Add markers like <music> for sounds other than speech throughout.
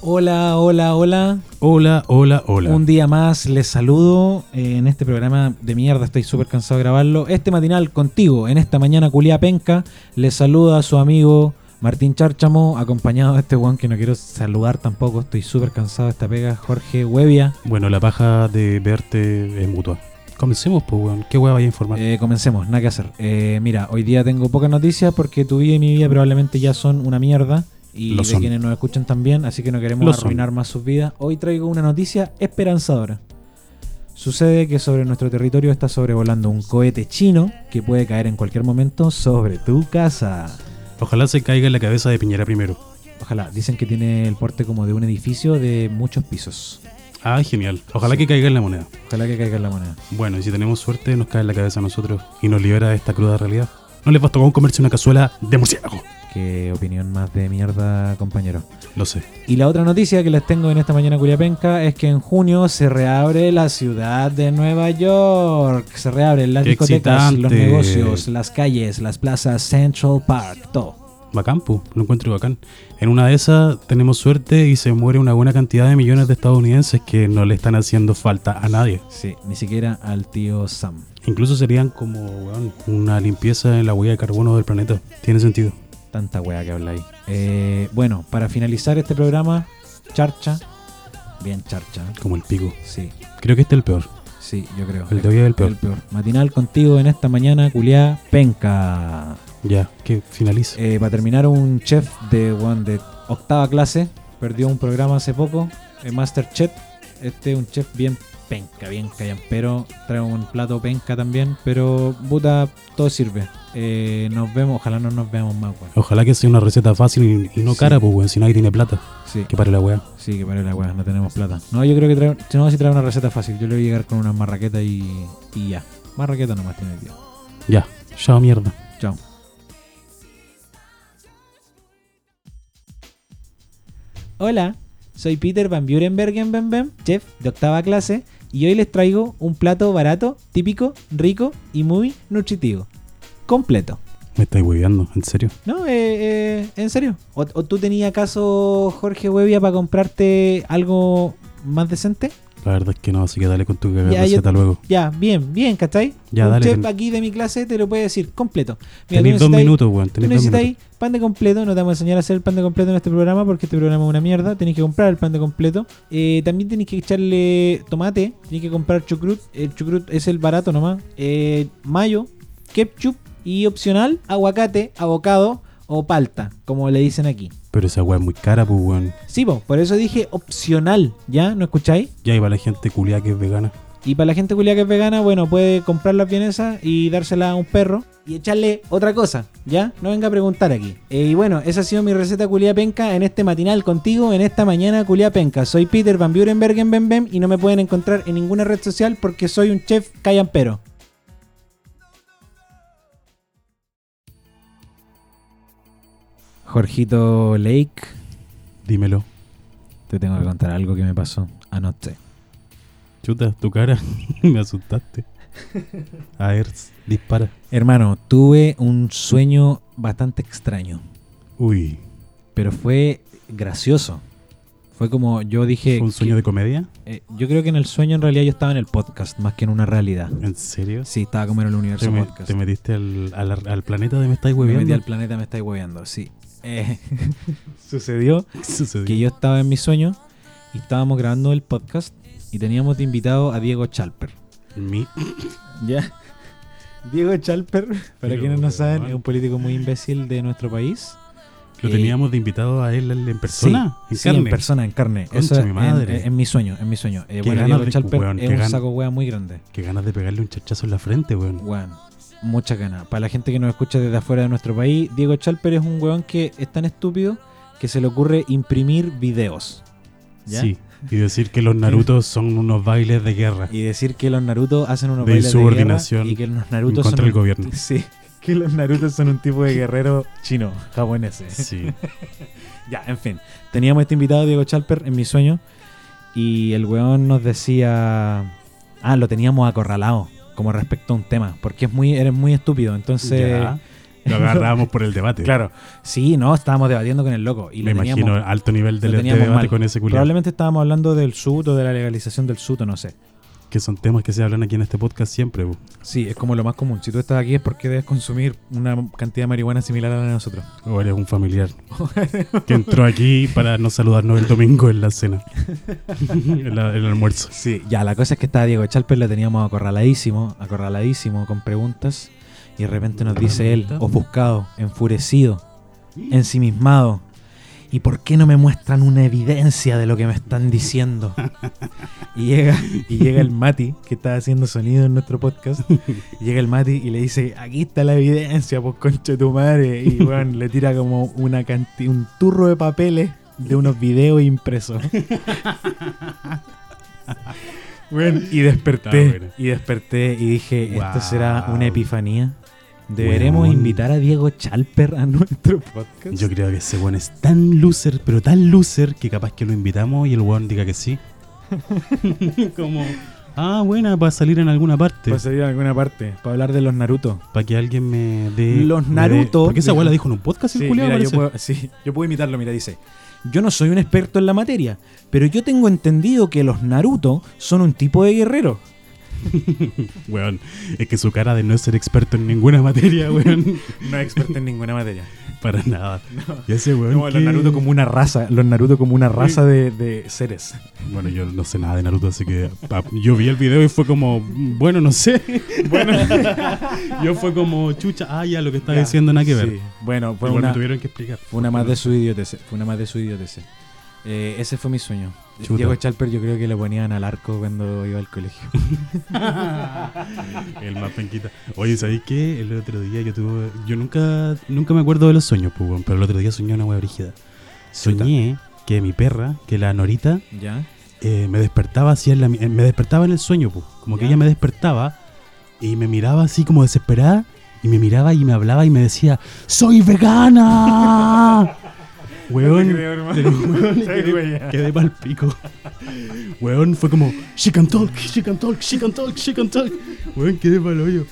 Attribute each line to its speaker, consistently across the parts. Speaker 1: Hola, hola, hola.
Speaker 2: Hola, hola, hola.
Speaker 1: Un día más les saludo eh, en este programa de mierda. Estoy súper cansado de grabarlo. Este matinal contigo, en esta mañana culia penca, les saluda a su amigo Martín Chárchamo, acompañado de este guan que no quiero saludar tampoco. Estoy súper cansado de esta pega, Jorge Huevia.
Speaker 2: Bueno, la paja de verte es mutua. Comencemos, pues, weón. ¿Qué weá vaya a informar?
Speaker 1: Eh, comencemos, nada que hacer. Eh, mira, hoy día tengo pocas noticias porque tu vida y mi vida probablemente ya son una mierda. Y
Speaker 2: Lo
Speaker 1: de
Speaker 2: son.
Speaker 1: quienes nos escuchan también, así que no queremos
Speaker 2: Lo
Speaker 1: arruinar más sus vidas. Hoy traigo una noticia esperanzadora. Sucede que sobre nuestro territorio está sobrevolando un cohete chino que puede caer en cualquier momento sobre tu casa.
Speaker 2: Ojalá se caiga en la cabeza de Piñera primero.
Speaker 1: Ojalá, dicen que tiene el porte como de un edificio de muchos pisos.
Speaker 2: Ah, genial. Ojalá
Speaker 1: Sí.
Speaker 2: que caiga en la moneda.
Speaker 1: Ojalá que caiga en la moneda.
Speaker 2: Bueno, y si tenemos suerte, nos cae en la cabeza a nosotros y nos libera de esta cruda realidad. No les bastó con comerse una cazuela de murciélago.
Speaker 1: Qué opinión más de mierda, compañero.
Speaker 2: Lo sé.
Speaker 1: Y la otra noticia que les tengo en esta mañana culiapenca es que en junio se reabre la ciudad de Nueva York. Se reabren las
Speaker 2: ¡Qué
Speaker 1: discotecas, los
Speaker 2: excitante!
Speaker 1: negocios, las calles, las plazas, Central Park, todo.
Speaker 2: Bacán, pu. Lo encuentro bacán. En una de esas tenemos suerte y se muere una buena cantidad de millones de estadounidenses que no le están haciendo falta a nadie.
Speaker 1: Sí, ni siquiera al tío Sam.
Speaker 2: Incluso serían como, weón, una limpieza en la huella de carbono del planeta. Tiene sentido.
Speaker 1: Tanta wea que habla ahí. Eh, bueno, para finalizar este programa, charcha. Bien charcha.
Speaker 2: Como el pico.
Speaker 1: Sí,
Speaker 2: Creo que este es el peor.
Speaker 1: sí, yo creo.
Speaker 2: El de hoy es el peor.
Speaker 1: Matinal contigo en esta mañana culiá penca.
Speaker 2: Ya, que finalice.
Speaker 1: Eh, para terminar, un chef de, weón, de octava clase perdió un programa hace poco, el Masterchef. Este es un chef bien penca, bien pero Trae un plato penca también, pero puta, todo sirve. Eh, nos vemos, ojalá no nos veamos más, weón.
Speaker 2: Ojalá que sea una receta fácil y, y no
Speaker 1: Sí.
Speaker 2: cara, pues, weón. Si nadie tiene plata,
Speaker 1: Sí,
Speaker 2: que pare la weá.
Speaker 1: sí, que pare la weá, no tenemos plata. No, yo creo que trae, si no, si trae una receta fácil. Yo le voy a llegar con una marraqueta y, y ya. Marraqueta nomás tiene el día.
Speaker 2: Ya, chao mierda.
Speaker 1: Chao. Hola, soy Peter Van Burenbergen Ben Ben, chef de octava clase, y hoy les traigo un plato barato, típico, rico y muy nutritivo. Completo.
Speaker 2: Me estáis hueveando, en serio.
Speaker 1: No, eh, eh, en serio. ¿O, o tú tenías acaso, Jorge Huevia, para comprarte algo más decente?
Speaker 2: La verdad es que no, así que dale con tu cagada
Speaker 1: Ya,
Speaker 2: receta luego.
Speaker 1: Ya, bien, bien, ¿cachai?
Speaker 2: Ya,
Speaker 1: un
Speaker 2: dale,
Speaker 1: chef
Speaker 2: ten-
Speaker 1: aquí de mi clase te lo puede decir completo. Mira, tú
Speaker 2: Tenéis dos
Speaker 1: necesitas-
Speaker 2: minutos, weón.
Speaker 1: Tú
Speaker 2: Tenéis dos minutos.
Speaker 1: necesitáis pan de completo, no te vamos a enseñar a hacer el pan de completo en este programa porque este programa es una mierda. Tenéis que comprar el pan de completo. Eh, también tenéis que echarle tomate, tenéis que comprar chucrut. El chucrut es el barato nomás. Eh, mayo, ketchup y opcional aguacate, avocado o palta, como le dicen aquí.
Speaker 2: Pero esa weá es muy cara, pues, weón.
Speaker 1: Sí, po, por eso dije opcional, ¿ya? ¿No escucháis?
Speaker 2: Ya iba la gente culiada que es vegana.
Speaker 1: Y para la gente culia que es vegana, bueno, puede comprar las vienesas y dársela a un perro y echarle otra cosa, ¿ya? No venga a preguntar aquí. Eh, y bueno, esa ha sido mi receta culia penca en este matinal contigo, en esta mañana culia penca. Soy Peter Van Burenbergen Ben Ben y no me pueden encontrar en ninguna red social porque soy un chef callampero. Jorgito Lake,
Speaker 2: Dímelo.
Speaker 1: te tengo que contar algo que me pasó anoche.
Speaker 2: Chuta, tu cara. <laughs> Me asustaste. A ver, dispara.
Speaker 1: Hermano, tuve un sueño bastante extraño,
Speaker 2: Uy.
Speaker 1: pero fue gracioso. Fue como yo dije,
Speaker 2: ¿fue ¿Un sueño de comedia?
Speaker 1: eh, yo creo que en el sueño en realidad yo estaba en el podcast, más que en una realidad.
Speaker 2: ¿En serio?
Speaker 1: Sí, estaba como en el
Speaker 2: Te,
Speaker 1: universo
Speaker 2: me-
Speaker 1: podcast.
Speaker 2: te metiste al, al- al planeta de me estáis
Speaker 1: Me metí
Speaker 2: hueveando.
Speaker 1: al planeta, me estáis hueveando, sí. Eh, <laughs> sucedió
Speaker 2: <laughs> Sucedió.
Speaker 1: que yo estaba en mi sueño y estábamos grabando el podcast y teníamos de invitado a Diego Chalper.
Speaker 2: Mi-
Speaker 1: Ya. <laughs> Diego Chalper, para
Speaker 2: Pero,
Speaker 1: quienes no saben,
Speaker 2: weón.
Speaker 1: es un político muy imbécil de nuestro país.
Speaker 2: ¿Lo
Speaker 1: Eh,
Speaker 2: teníamos de invitado a él en persona?
Speaker 1: Sí,
Speaker 2: en
Speaker 1: sí,
Speaker 2: carne.
Speaker 1: en persona, en carne.
Speaker 2: Concha
Speaker 1: Eso es
Speaker 2: mi madre.
Speaker 1: En, en mi sueño, en mi sueño. Eh,
Speaker 2: Qué
Speaker 1: bueno,
Speaker 2: ganas
Speaker 1: Diego
Speaker 2: de-
Speaker 1: Chalper
Speaker 2: weón,
Speaker 1: es
Speaker 2: qué
Speaker 1: un
Speaker 2: gan-
Speaker 1: saco wea muy grande.
Speaker 2: Qué ganas de pegarle un chachazo en la frente, weón.
Speaker 1: Weón, muchas ganas. Para la gente que nos escucha desde afuera de nuestro país, Diego Chalper es un weón que es tan estúpido que se le ocurre imprimir videos. ¿ya?
Speaker 2: Sí. Y decir que
Speaker 1: <laughs>
Speaker 2: los Narutos son unos bailes de guerra.
Speaker 1: Y decir que los Naruto hacen unos
Speaker 2: De
Speaker 1: bailes de
Speaker 2: insubordinación
Speaker 1: guerra y que los Naruto
Speaker 2: contra
Speaker 1: son
Speaker 2: el
Speaker 1: un-
Speaker 2: gobierno.
Speaker 1: <laughs> Sí, que los Naruto son un tipo de guerrero chino, japonés. eh. <laughs>
Speaker 2: Sí.
Speaker 1: Ya, en fin. Teníamos este invitado, Diego Chalper, en mi sueño. Y el weón nos decía. Ah, lo teníamos acorralado. Como respecto a un tema. Porque es muy, eres muy estúpido. Entonces.
Speaker 2: Ya. Lo agarrábamos por el debate.
Speaker 1: Claro. Sí, no, estábamos debatiendo con el loco. Y
Speaker 2: Me
Speaker 1: lo teníamos,
Speaker 2: imagino eh, alto nivel de,
Speaker 1: lo
Speaker 2: de
Speaker 1: teníamos
Speaker 2: debate
Speaker 1: mal.
Speaker 2: con ese culiado.
Speaker 1: Probablemente estábamos hablando del suto, de la legalización del suto, no sé.
Speaker 2: Que son temas que se hablan aquí en este podcast siempre. bu.
Speaker 1: Sí, es como lo más común. Si tú estás aquí es porque debes consumir una cantidad de marihuana similar a la de nosotros.
Speaker 2: O eres
Speaker 1: <laughs>
Speaker 2: un familiar que entró aquí para no saludarnos el domingo en la cena. <laughs> En la- el almuerzo.
Speaker 1: Sí, ya, la cosa es que estaba Diego Chalper, lo teníamos acorraladísimo, acorraladísimo con preguntas. Y de repente nos dice él, ofuscado, enfurecido, ensimismado. ¿Y por qué no me muestran una evidencia de lo que me están diciendo? Y llega, y llega el Mati, que está haciendo sonido en nuestro podcast. y Llega el Mati y le dice, aquí está la evidencia, pues concha de tu madre. Y bueno, le tira como una canti- un turro de papeles de unos videos impresos. Bueno, y desperté.
Speaker 2: Está bueno.
Speaker 1: Y desperté y dije, esto
Speaker 2: Wow.
Speaker 1: será una epifanía. Deberemos
Speaker 2: Weón.
Speaker 1: invitar a Diego Chalper a <laughs> nuestro podcast.
Speaker 2: Yo creo que ese weón es tan loser, pero tan loser, que capaz que lo invitamos y el weón diga que sí. <laughs> Como, ah, buena, para salir en alguna parte.
Speaker 1: Va a salir a alguna parte para hablar de los Naruto.
Speaker 2: para que alguien me dé.
Speaker 1: Los
Speaker 2: me dé-
Speaker 1: Naruto-
Speaker 2: Porque esa weá la dijo en un podcast, el
Speaker 1: Sí,
Speaker 2: culiao,
Speaker 1: mira, yo
Speaker 2: parece.
Speaker 1: puedo, sí, yo puedo imitarlo, mira, dice. Yo no soy un experto en la materia, pero yo tengo entendido que los Naruto son un tipo de guerrero.
Speaker 2: Weón, es que su cara de no ser experto en ninguna materia, <laughs> weón.
Speaker 1: No es experto en ninguna <laughs> materia.
Speaker 2: para nada. Y ese weón.
Speaker 1: No, los
Speaker 2: que-
Speaker 1: Naruto como una raza, los Naruto como una raza de, de seres.
Speaker 2: Bueno, yo no sé nada de Naruto, así que pa- yo vi el video y fue como, bueno,
Speaker 1: <laughs>
Speaker 2: no sé. Bueno, <laughs> yo fue como, chucha, ah, ya lo que está
Speaker 1: Ya,
Speaker 2: diciendo, nada que ver.
Speaker 1: sí. Bueno, fue
Speaker 2: Igual me
Speaker 1: una,
Speaker 2: tuvieron que explicar.
Speaker 1: Fue una más de su idiotez. Fue una más de su idiotez. Eh, ese fue mi sueño.
Speaker 2: Chuta.
Speaker 1: Diego Chalper yo creo que le ponían al arco cuando iba al
Speaker 2: <laughs>
Speaker 1: colegio.
Speaker 2: El más penquita. Oye, ¿sabéis qué? El otro día yo tuve. Yo nunca nunca me acuerdo de los sueños, pues, weón, pero el otro día soñé una hueá brígida. Soñé que mi perra, que la Norita,
Speaker 1: ¿Ya?
Speaker 2: eh, me despertaba así en la mi- eh, me despertaba en el sueño, pues. Como que
Speaker 1: Ya.
Speaker 2: ella me despertaba y me miraba así como desesperada y me miraba y me hablaba y me decía, "Soy
Speaker 1: <laughs>
Speaker 2: vegana." Weón,
Speaker 1: creo, hermano.
Speaker 2: te lo
Speaker 1: <laughs>
Speaker 2: juro,
Speaker 1: Sí,
Speaker 2: quedé,
Speaker 1: güey.
Speaker 2: quedé pa'l pico. Weón, fue como, she can talk, she can talk, she can talk, she can talk. Weón, quedé pa'l hoyo.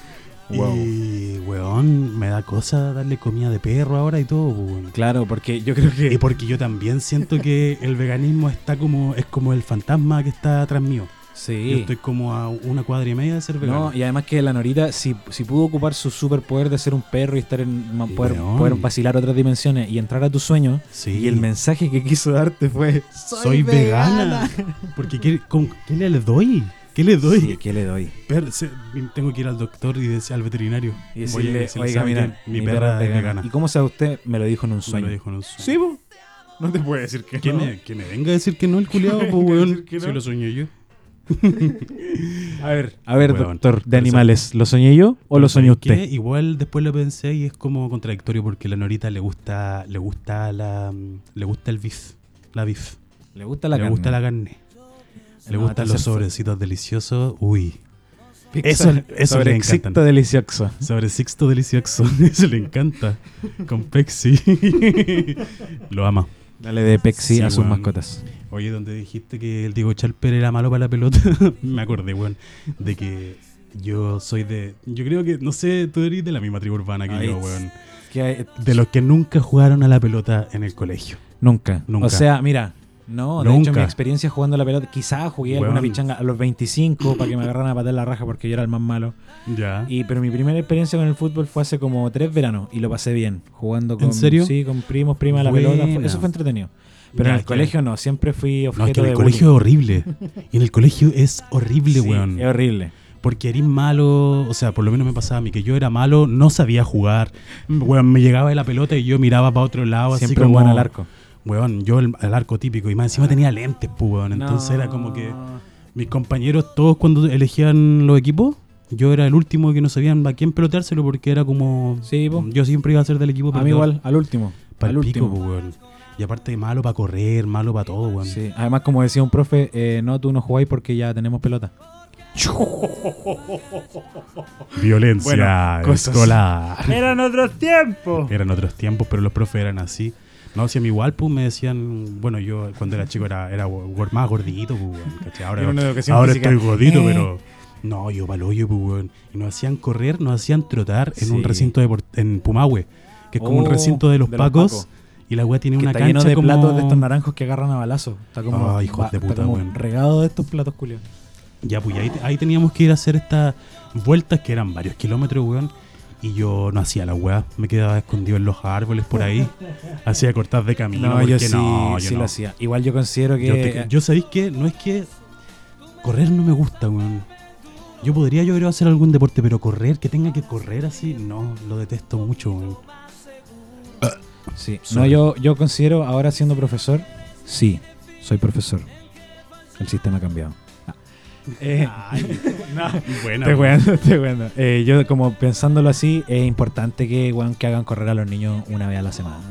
Speaker 1: Wow.
Speaker 2: Y, weón, me da cosa darle comida de perro ahora y todo, pues, weón.
Speaker 1: Claro, porque yo creo
Speaker 2: Y
Speaker 1: que...
Speaker 2: porque yo también siento que el veganismo está como es como el fantasma que está atrás mío. Yo
Speaker 1: Sí.
Speaker 2: estoy como a una cuadra y media de ser vegano.
Speaker 1: No, y además que la Norita, si, si pudo ocupar su superpoder de ser un perro y estar en ma-
Speaker 2: Y
Speaker 1: poder,
Speaker 2: weón.
Speaker 1: poder vacilar otras dimensiones y entrar a tu sueño,
Speaker 2: sí.
Speaker 1: y el mensaje que quiso darte fue...
Speaker 2: soy, vegana. Porque ¿qué, con- qué le doy? ¿Qué le doy?
Speaker 1: Sí, ¿qué le doy?
Speaker 2: Per- se- tengo que ir al doctor y decir- al veterinario.
Speaker 1: Y
Speaker 2: Voy a
Speaker 1: decirle,
Speaker 2: decirle,
Speaker 1: oiga,
Speaker 2: "Sabe
Speaker 1: mira,
Speaker 2: que mi, perra es vegana.
Speaker 1: ¿Y cómo sabe usted? Me lo dijo en un
Speaker 2: Me lo
Speaker 1: sueño.
Speaker 2: dijo en un sueño.
Speaker 1: Sí, po. No te puede decir que
Speaker 2: Que,
Speaker 1: no.
Speaker 2: me, que me venga a decir que no
Speaker 1: <laughs>
Speaker 2: el culiado,
Speaker 1: venga
Speaker 2: pues,
Speaker 1: a
Speaker 2: weón.
Speaker 1: decir que
Speaker 2: Si
Speaker 1: no.
Speaker 2: lo soñé yo.
Speaker 1: A ver, a ver,
Speaker 2: Huevón.
Speaker 1: doctor de
Speaker 2: Pero
Speaker 1: animales, ¿lo soñé yo o lo soñó
Speaker 2: ¿Sabes qué?
Speaker 1: usted?
Speaker 2: Igual después lo pensé y es como contradictorio porque la Norita le gusta, le gusta la, mm, le gusta el beef, la beef,
Speaker 1: Le gusta la
Speaker 2: le gusta la carne, le
Speaker 1: No,
Speaker 2: gustan
Speaker 1: entonces
Speaker 2: los
Speaker 1: fue- <laughs>
Speaker 2: sobrecitos deliciosos, uy, Eso- eso
Speaker 1: sobre
Speaker 2: le
Speaker 1: Exicto
Speaker 2: encantan.
Speaker 1: delicioso.
Speaker 2: sobre sexto delicioso, <laughs> eso le encanta, con Pexi, <laughs> lo ama.
Speaker 1: Dale de Pexi
Speaker 2: Sí,
Speaker 1: a sus
Speaker 2: weón.
Speaker 1: mascotas.
Speaker 2: Oye, donde dijiste que el Diego Chalper era malo para la pelota, <laughs> me acordé, weón, de que yo soy de, yo creo que, no sé, tú eres de la misma tribu urbana que
Speaker 1: Ay,
Speaker 2: yo, weón.
Speaker 1: Que hay-
Speaker 2: De los que nunca jugaron a la pelota en el colegio.
Speaker 1: Nunca.
Speaker 2: Nunca.
Speaker 1: O sea, mira, no, de
Speaker 2: Nunca.
Speaker 1: hecho mi experiencia jugando a la pelota, quizás jugué alguna
Speaker 2: Weón.
Speaker 1: pichanga a los 25 para que me agarraran a patear la raja porque yo era el más malo.
Speaker 2: Ya.
Speaker 1: Y, pero mi primera experiencia con el fútbol fue hace como tres veranos y lo pasé bien, jugando con,
Speaker 2: serio?
Speaker 1: Sí, con primos, prima, la pelota. fue-
Speaker 2: Buena.
Speaker 1: Eso fue entretenido. Pero
Speaker 2: Ya,
Speaker 1: en
Speaker 2: es
Speaker 1: el
Speaker 2: que-
Speaker 1: colegio no, siempre fui objeto
Speaker 2: no, es que en
Speaker 1: de
Speaker 2: el colegio
Speaker 1: bullying.
Speaker 2: es horrible. Y en el colegio es horrible,
Speaker 1: Sí, eh.
Speaker 2: weón.
Speaker 1: Es horrible.
Speaker 2: Porque eres malo, o sea, por lo menos me pasaba a mí, que yo era malo, no sabía jugar. Weón, me llegaba de la pelota y yo miraba para otro lado,
Speaker 1: Siempre
Speaker 2: así como...
Speaker 1: van al arco. Ah.
Speaker 2: Weón, yo el, al arco típico. Y más encima tenía lentes, pues, weón. Entonces era como que mis compañeros, todos cuando elegían los equipos, yo era el último que no sabían a quién peloteárselo porque era como...
Speaker 1: Sí, po.
Speaker 2: Yo siempre iba a ser del equipo
Speaker 1: A mí
Speaker 2: perdedor.
Speaker 1: igual, al último.
Speaker 2: Pa'l
Speaker 1: al
Speaker 2: pico,
Speaker 1: último.
Speaker 2: po, weón. Y aparte, malo para correr, malo para todo, weón.
Speaker 1: Sí. Además, como decía un profe, eh, no, tú no jugáis porque ya tenemos pelota.
Speaker 2: Violencia
Speaker 1: Bueno, cosas.
Speaker 2: escolar.
Speaker 1: Eran otros tiempos.
Speaker 2: Eran otros tiempos, pero los profes eran así. No, si a mí igual, pues me decían. Bueno, yo cuando era chico era, era gor- más gordito, pues, weón, ¿cachai? Ahora,
Speaker 1: Era una educación
Speaker 2: ahora
Speaker 1: física.
Speaker 2: estoy gordito,
Speaker 1: Eh,
Speaker 2: pero. No, yo paloyo, pues, weón. Y nos hacían correr, nos hacían trotar en
Speaker 3: Sí.
Speaker 2: un recinto de en Pumahue, que es como un
Speaker 3: Oh,
Speaker 2: recinto de los
Speaker 3: de los
Speaker 2: pacos.
Speaker 3: Pacos.
Speaker 2: Y la weá tiene
Speaker 1: Que
Speaker 2: una
Speaker 1: está
Speaker 2: cancha
Speaker 1: lleno de
Speaker 2: como...
Speaker 1: platos de estos naranjos que agarran a balazo. Está como,
Speaker 2: Ah, hijos de
Speaker 1: está
Speaker 2: puta,
Speaker 1: como
Speaker 2: weón.
Speaker 1: regado de estos platos, Julio.
Speaker 2: Ya, pues y ahí, ahí teníamos que ir a hacer estas vueltas que eran varios kilómetros, weón. Y yo no hacía la weá, me quedaba escondido en los árboles por
Speaker 1: <laughs>
Speaker 2: ahí. hacía cortas de camino.
Speaker 1: No, yo
Speaker 2: porque
Speaker 1: sí,
Speaker 2: no, yo
Speaker 1: sí
Speaker 2: no.
Speaker 1: lo hacía. Igual yo considero que.
Speaker 2: Yo, te- yo, sabéis que no es que correr no me gusta, weón. Yo podría, yo creo, hacer algún deporte, pero correr, que tenga que correr así, no, lo detesto mucho, weón.
Speaker 1: sí. No,
Speaker 2: sorry.
Speaker 1: yo, yo considero ahora siendo profesor, sí, soy profesor. El sistema ha cambiado. Ah. Eh,
Speaker 2: <laughs> Bueno,
Speaker 1: Te <laughs> weando, te weando. Eh, yo como pensándolo así, es importante que, weón, que hagan correr a los niños una vez a la semana.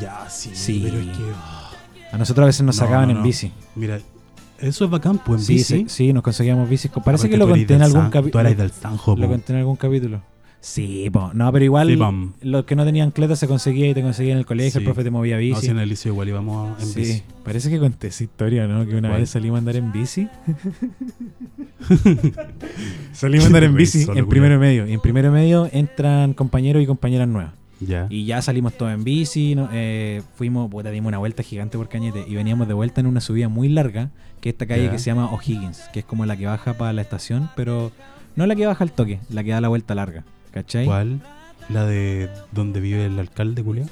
Speaker 2: ya, sí,
Speaker 1: Sí.
Speaker 2: pero es que. ah,
Speaker 1: A nosotros a veces nos
Speaker 2: No,
Speaker 1: sacaban
Speaker 2: no,
Speaker 1: en
Speaker 2: no.
Speaker 1: bici.
Speaker 2: mira, eso es bacán, pues en
Speaker 1: Sí,
Speaker 2: bici.
Speaker 1: se- sí, nos conseguíamos bicis. Co- Parece
Speaker 2: Aparte
Speaker 1: que lo
Speaker 2: tú eres
Speaker 1: conté en
Speaker 2: del
Speaker 1: algún
Speaker 2: San- Tú
Speaker 1: capítulo.
Speaker 2: eres del Sanjo, pues,
Speaker 1: Lo
Speaker 2: po.
Speaker 1: conté en algún capítulo. Sí, po. no, pero igual
Speaker 2: Sí, pam.
Speaker 1: los que no tenían cleta se conseguía y te conseguía en el colegio,
Speaker 2: Sí.
Speaker 1: el profe te movía bici.
Speaker 2: No, sí, en el liceo igual íbamos en
Speaker 1: Sí,
Speaker 2: bici.
Speaker 1: parece que conté esa historia, ¿no? Que una
Speaker 2: ¿Cuál?
Speaker 1: vez salimos a andar en
Speaker 2: <laughs>
Speaker 1: bici. salimos a andar en bici
Speaker 2: Solo,
Speaker 1: en
Speaker 2: culiao.
Speaker 1: primero medio. Y en primero medio entran compañeros y compañeras nuevas.
Speaker 2: Ya.
Speaker 1: Y ya salimos todos en bici, no- eh, fuimos, puta, dimos una vuelta gigante por Cañete y veníamos de vuelta en una subida muy larga, que es esta calle
Speaker 2: Ya.
Speaker 1: que se llama O'Higgins, que es como la que baja para la estación, pero no la que baja al toque, la que da la vuelta larga, ¿cachai?
Speaker 2: ¿Cuál? La de donde vive el alcalde, culiao.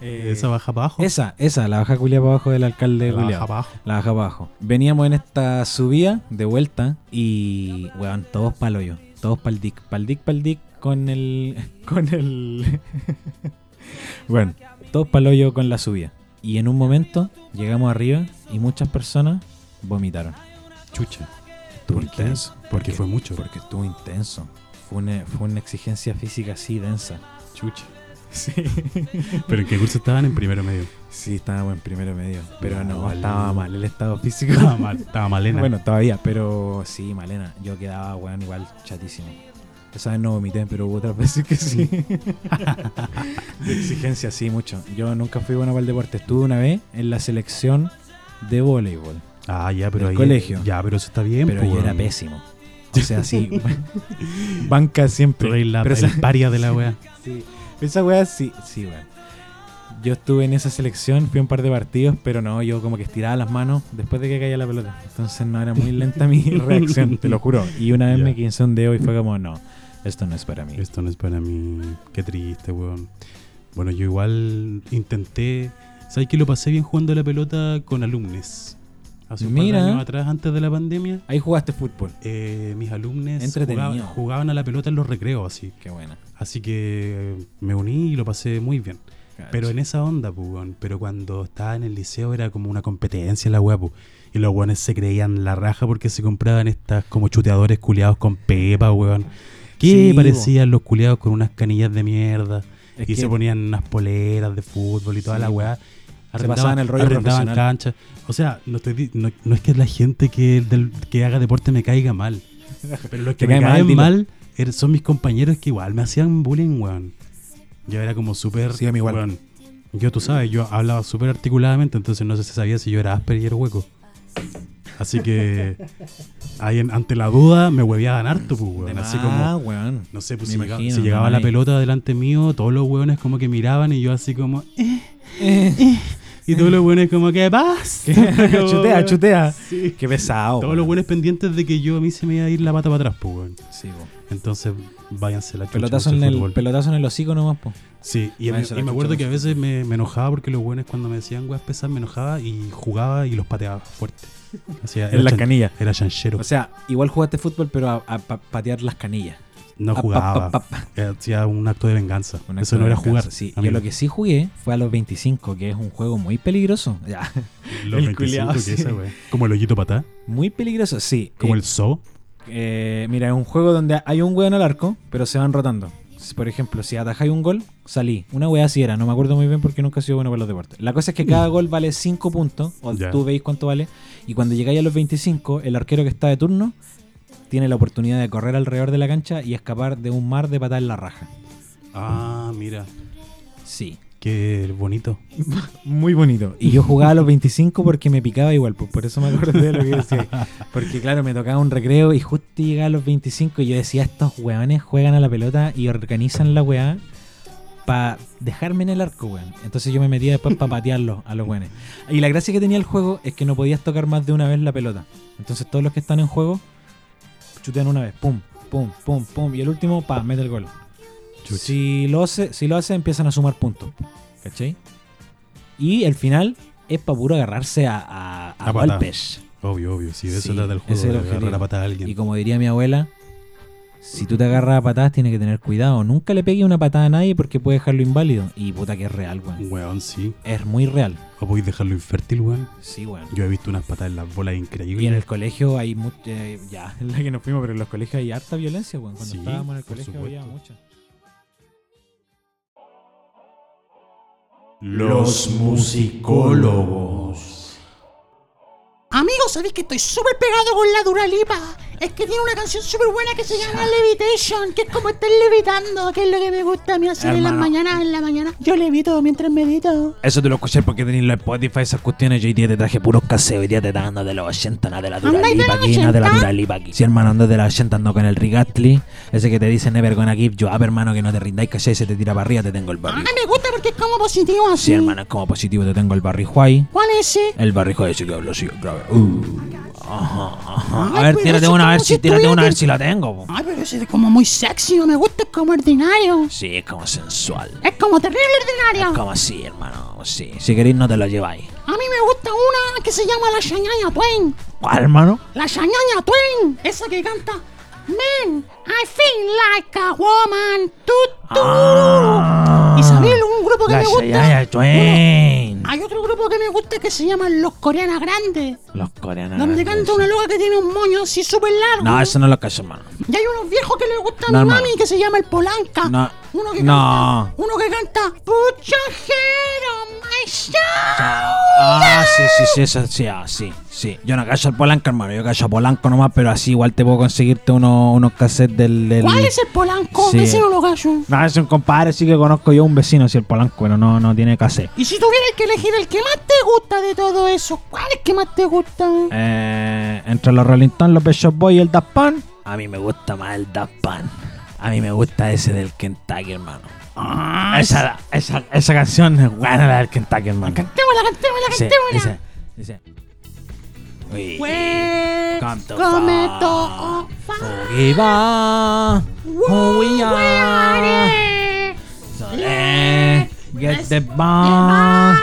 Speaker 1: Eh,
Speaker 2: Esa baja para abajo.
Speaker 1: Esa, esa, la baja culia para abajo del alcalde
Speaker 2: La baja
Speaker 1: culiao.
Speaker 2: para abajo.
Speaker 1: La baja para abajo. Veníamos en esta subida de vuelta y, weón, todos pa'l hoyo. Todos pa'l dick. Pa'l dick, pa'l dick con el. <laughs> Con el. <laughs> bueno, todos pa'l hoyo con la subida. Y en un momento llegamos arriba y muchas personas vomitaron.
Speaker 2: Chucha.
Speaker 1: Estuvo
Speaker 2: ¿Por qué?
Speaker 1: intenso.
Speaker 2: Porque fue mucho.
Speaker 1: Porque estuvo intenso. Fue una, fue una exigencia física así densa.
Speaker 2: Chucha.
Speaker 1: <laughs> Sí.
Speaker 2: Pero en qué curso estaban en primero medio.
Speaker 1: Sí, estábamos en primero medio. Pero no,
Speaker 2: Mal.
Speaker 1: estaba mal el estado físico.
Speaker 2: Estaba mal,
Speaker 1: <laughs>
Speaker 2: estaba malena.
Speaker 1: Bueno, todavía, pero sí, Malena, yo quedaba, weón, igual chatísimo. Esa vez no vomité, pero hubo otras <laughs> veces que
Speaker 2: <laughs>
Speaker 1: sí. de exigencia, sí, mucho. Yo nunca fui bueno para el deporte. Estuve una vez en la selección de voleibol,
Speaker 2: ah, ya, pero
Speaker 1: del
Speaker 2: ahí.
Speaker 1: colegio.
Speaker 2: Ya, pero eso está bien,
Speaker 1: pero
Speaker 2: po,
Speaker 1: yo era
Speaker 2: weón.
Speaker 1: pésimo. O sea, sí, <laughs> banca siempre.
Speaker 2: Tú eres la,
Speaker 1: pero
Speaker 2: el paria
Speaker 1: <laughs>
Speaker 2: de la wea.
Speaker 1: Sí. Esa weá sí, sí, weón. Yo estuve en esa selección, fui a un par de partidos, pero no, yo como que estiraba las manos después de que caía la pelota. Entonces no era muy lenta
Speaker 2: <laughs>
Speaker 1: mi reacción, te lo juro. Y una vez
Speaker 2: Ya.
Speaker 1: me quince un dedo y fue como, no, esto no es para mí.
Speaker 2: Esto no es para mí. Qué triste, weón. Bueno, yo igual intenté. ¿Sabes que lo pasé bien jugando a la pelota con alumnos? Hace un par de
Speaker 1: Mira.
Speaker 2: años atrás, antes de la pandemia,
Speaker 1: Ahí jugaste fútbol.
Speaker 2: eh, mis alumnos
Speaker 1: Entretenido.
Speaker 2: jugaban, jugaban a la pelota en los recreos, así.
Speaker 1: Qué buena.
Speaker 2: Así que eh, me uní y lo pasé muy bien. Pero en esa onda, pues, weón. Pero cuando estaba en el liceo era como una competencia la weá, pues. Y los weones se creían la raja porque se compraban estas como chuteadores culiados con pepa, weón. Que
Speaker 1: Sí,
Speaker 2: parecían los culiados con unas canillas de mierda.
Speaker 1: Es
Speaker 2: y
Speaker 1: que-
Speaker 2: se ponían unas poleras de fútbol y toda
Speaker 1: Sí,
Speaker 2: la weá. Arrendaban-
Speaker 1: pasaban el rollo
Speaker 2: arrendaban
Speaker 1: profesional.
Speaker 2: canchas. O sea, no, estoy di- no- no es que la gente que, del- que haga deporte me caiga mal. Pero
Speaker 1: <laughs>
Speaker 2: los
Speaker 1: Te
Speaker 2: que me
Speaker 1: cae mal,
Speaker 2: caen
Speaker 1: dilo.
Speaker 2: mal er- son mis compañeros que igual me hacían bullying, weón. Yo era como súper.
Speaker 1: Sí, a mí igual.
Speaker 2: weón, Yo, tú sabes, yo hablaba súper articuladamente, entonces no se sabía si yo era áspero y era hueco. Así que. ahí en- ante la duda me hueveaban harto, pues, weón. Así
Speaker 1: Ah,
Speaker 2: como. <laughs>
Speaker 1: weón.
Speaker 2: No sé, pues
Speaker 1: me
Speaker 2: si, me llegaba-
Speaker 1: imagino,
Speaker 2: si llegaba
Speaker 1: no,
Speaker 2: la
Speaker 1: ahí.
Speaker 2: pelota delante mío, todos los weones como que miraban y yo así como. "Eh, eh", y todos los weones como, ¿qué pasa? Como,
Speaker 1: <laughs> chutea,
Speaker 2: weón.
Speaker 1: chutea.
Speaker 2: Sí.
Speaker 1: Qué pesado.
Speaker 2: Todos los
Speaker 1: weón.
Speaker 2: buenos pendientes de que yo a mí se me iba a ir la pata para atrás, pues, weón.
Speaker 1: Sí, weón.
Speaker 2: Entonces, váyanse la chucha.
Speaker 1: Pelotazo,
Speaker 2: con
Speaker 1: en
Speaker 2: ese
Speaker 1: el,
Speaker 2: fútbol.
Speaker 1: pelotazo en el hocico nomás, po.
Speaker 2: Sí, y, a mí-
Speaker 1: váyanse la
Speaker 2: y me
Speaker 1: chucha
Speaker 2: acuerdo
Speaker 1: con
Speaker 2: que a
Speaker 1: ese
Speaker 2: veces me, me enojaba porque los buenos cuando me decían weas pesas me enojaba y jugaba y los
Speaker 1: <laughs>
Speaker 2: pateaba fuerte. Hacía- era
Speaker 1: En las
Speaker 2: chan-
Speaker 1: canillas.
Speaker 2: Era chanchero.
Speaker 1: O sea, igual jugaste fútbol, pero a, a pa- patear las canillas. a-
Speaker 2: no
Speaker 1: Ah, pa-
Speaker 2: jugaba. eh,
Speaker 1: pa- pa-
Speaker 2: Hacía un acto de venganza.
Speaker 1: Un acto
Speaker 2: Eso no
Speaker 1: de
Speaker 2: era
Speaker 1: venganza,
Speaker 2: jugar.
Speaker 1: sí.
Speaker 2: amigo.
Speaker 1: Yo
Speaker 2: <laughs>
Speaker 1: lo que sí jugué fue a los 25, que es un juego muy peligroso. Ya. <laughs>
Speaker 2: Los
Speaker 1: el
Speaker 2: 25
Speaker 1: culiao, <laughs>
Speaker 2: que
Speaker 1: sí.
Speaker 2: esa, wea. Como el hoyito patá.
Speaker 1: Muy peligroso, sí.
Speaker 2: Como
Speaker 1: Eh,
Speaker 2: el zoo.
Speaker 1: eh, mira, es un juego donde hay un weón al arco, pero se van rotando. Si, Por ejemplo, si atajáis un gol, salí. Una weá así era, no me acuerdo muy bien porque nunca he sido bueno para los deportes. La cosa es que
Speaker 2: <laughs>
Speaker 1: cada gol vale 5 puntos, o
Speaker 2: Ya.
Speaker 1: tú veis cuánto vale, y cuando llegáis a los 25, el arquero que está de turno tiene la oportunidad de correr alrededor de la cancha y escapar de un mar de patar en la raja.
Speaker 2: Ah, mira.
Speaker 1: Sí.
Speaker 2: Qué bonito.
Speaker 1: Muy bonito. Y yo jugaba a los 25 porque me picaba igual, pues por eso me acordé de lo que decía. Porque claro, me tocaba un recreo y justo llegaba a los 25 y yo decía, estos weones juegan a la pelota y organizan la weá para dejarme en el arco, weón. Entonces yo me metía después para patearlos a los weones. Y la gracia que tenía el juego es que no podías tocar más de una vez la pelota. Entonces todos los que están en juego chutean una vez, pum, pum, pum, pum. Y el último, pa, mete el gol.
Speaker 2: Chucha.
Speaker 1: Si lo, hace, si lo hace, empiezan a sumar puntos. ¿Cachai? Y el final es para puro agarrarse a, a, a
Speaker 2: A patada.
Speaker 1: golpes.
Speaker 2: Obvio, obvio. Si de eso
Speaker 1: Sí,
Speaker 2: trata el
Speaker 1: ese es el
Speaker 2: juego, de agarrar
Speaker 1: objetivo.
Speaker 2: la patada a
Speaker 1: Y
Speaker 2: alguien.
Speaker 1: como diría mi abuela, si tú te agarras a patadas tienes que tener cuidado. Nunca le pegues una patada a nadie porque puede dejarlo inválido. Y puta que es real, weón.
Speaker 2: Weón, sí.
Speaker 1: Es muy real.
Speaker 2: O podéis dejarlo infértil, weón.
Speaker 1: Sí, weón.
Speaker 2: Yo he visto unas patadas en las bolas
Speaker 1: Y en el
Speaker 2: increíbles.
Speaker 1: colegio hay mucha. ya, <laughs> es la que nos fuimos, pero en los colegios hay harta violencia, weón. Cuando
Speaker 2: Sí,
Speaker 1: estábamos en el
Speaker 2: por
Speaker 1: colegio había
Speaker 2: supuesto.
Speaker 1: mucha.
Speaker 2: Los musicólogos.
Speaker 4: Amigos, sabéis que estoy súper pegado con la Duralipa. Es que tiene una canción súper buena que se llama Levitation, que es como estar levitando, que es lo que me gusta a mí hacer en las mañanas, en la mañana. Yo levito mientras medito.
Speaker 1: Eso te lo escuché porque tenéis los Spotify, esas cuestiones. Yo hoy día te traje puros caseos. Hoy día te está dando de los 80, nada de la
Speaker 4: Anda, ¿y de
Speaker 1: Duralipa
Speaker 4: los
Speaker 1: aquí, nada de la
Speaker 4: 80?
Speaker 1: Duralipa aquí. Sí, hermano, ando de los 80, ando con el Rigatli. Ese que te dice Never Gonna Give You Up, hermano, que no te rindáis, ¿cachai? Se te tira para arriba, te tengo el
Speaker 4: Ah,
Speaker 1: barrio.
Speaker 4: me gusta porque es como positivo así.
Speaker 1: Sí, hermano, es como positivo, te tengo el barrio Juay.
Speaker 4: ¿Cuál es ese?
Speaker 1: El barrijo ese que hablo así, grave. Uh, ajá, ajá. A ver,
Speaker 4: Ay, pero
Speaker 1: tírate
Speaker 4: eso
Speaker 1: una, a
Speaker 4: como
Speaker 1: ver
Speaker 4: si
Speaker 1: si, tírate
Speaker 4: estuviera
Speaker 1: una, a ver
Speaker 4: que-
Speaker 1: si la tengo. po.
Speaker 4: Ay, pero ese es como muy sexy, no me gusta, es como ordinario.
Speaker 1: Sí, es como sensual.
Speaker 4: Es como terrible ordinario.
Speaker 1: Como así, hermano. Sí, si queréis no te lo lleváis.
Speaker 4: A mí me gusta una que se llama La Shañaña Twain.
Speaker 1: ¿Cuál, hermano?
Speaker 4: La Shañaña Twain. Esa que canta. Man, I feel like a woman. Tu, tu.
Speaker 1: Ah,
Speaker 4: Isabel, un grupo que
Speaker 1: La
Speaker 4: me gusta.
Speaker 1: Shania Twain.
Speaker 4: Hay otro grupo que me gusta que se llama Los Coreanas Grandes,
Speaker 1: Los coreanos.
Speaker 4: donde canta una loca que tiene un moño así súper largo.
Speaker 1: Ah, No, eso no lo cacho, hermano.
Speaker 4: Y hay unos viejos que le gusta
Speaker 1: No,
Speaker 4: a mi
Speaker 1: hermano.
Speaker 4: mami que se llama El Polanca.
Speaker 1: No.
Speaker 4: Uno que
Speaker 1: No.
Speaker 4: canta. Uno que canta. Puchajero, my show.
Speaker 1: Ah, sí, sí, sí, eso, sí, ah, sí, sí. Yo no cacho al Polanco, hermano. Yo cacho a Polanco nomás, pero así igual te puedo conseguirte uno- unos cassettes del, del-
Speaker 4: ¿Cuál es el Polanco?
Speaker 1: Sí.
Speaker 4: Ese no lo gallo.
Speaker 1: No, es un compadre, sí que conozco yo un vecino, si el Polanco, pero no, no tiene cassette.
Speaker 4: Y si tuvieras que elegir el que más te gusta de todo eso, ¿cuál es que más te gusta?
Speaker 1: Eh, entre los Rolling Stones, los Pet Shop Boys y el Daft Punk. A mí me gusta más el Daft Punk. A mí me gusta ese del Kentucky, hermano. esa, esa, esa canción es buena, la del Kentucky, hermano.
Speaker 4: Cantémosla, cantémosla,
Speaker 1: Sí,
Speaker 4: cantémosla.
Speaker 1: dice, dice. We
Speaker 4: Pues,
Speaker 1: come to
Speaker 4: cometo
Speaker 1: forgive all who we are. So let's get the bomb.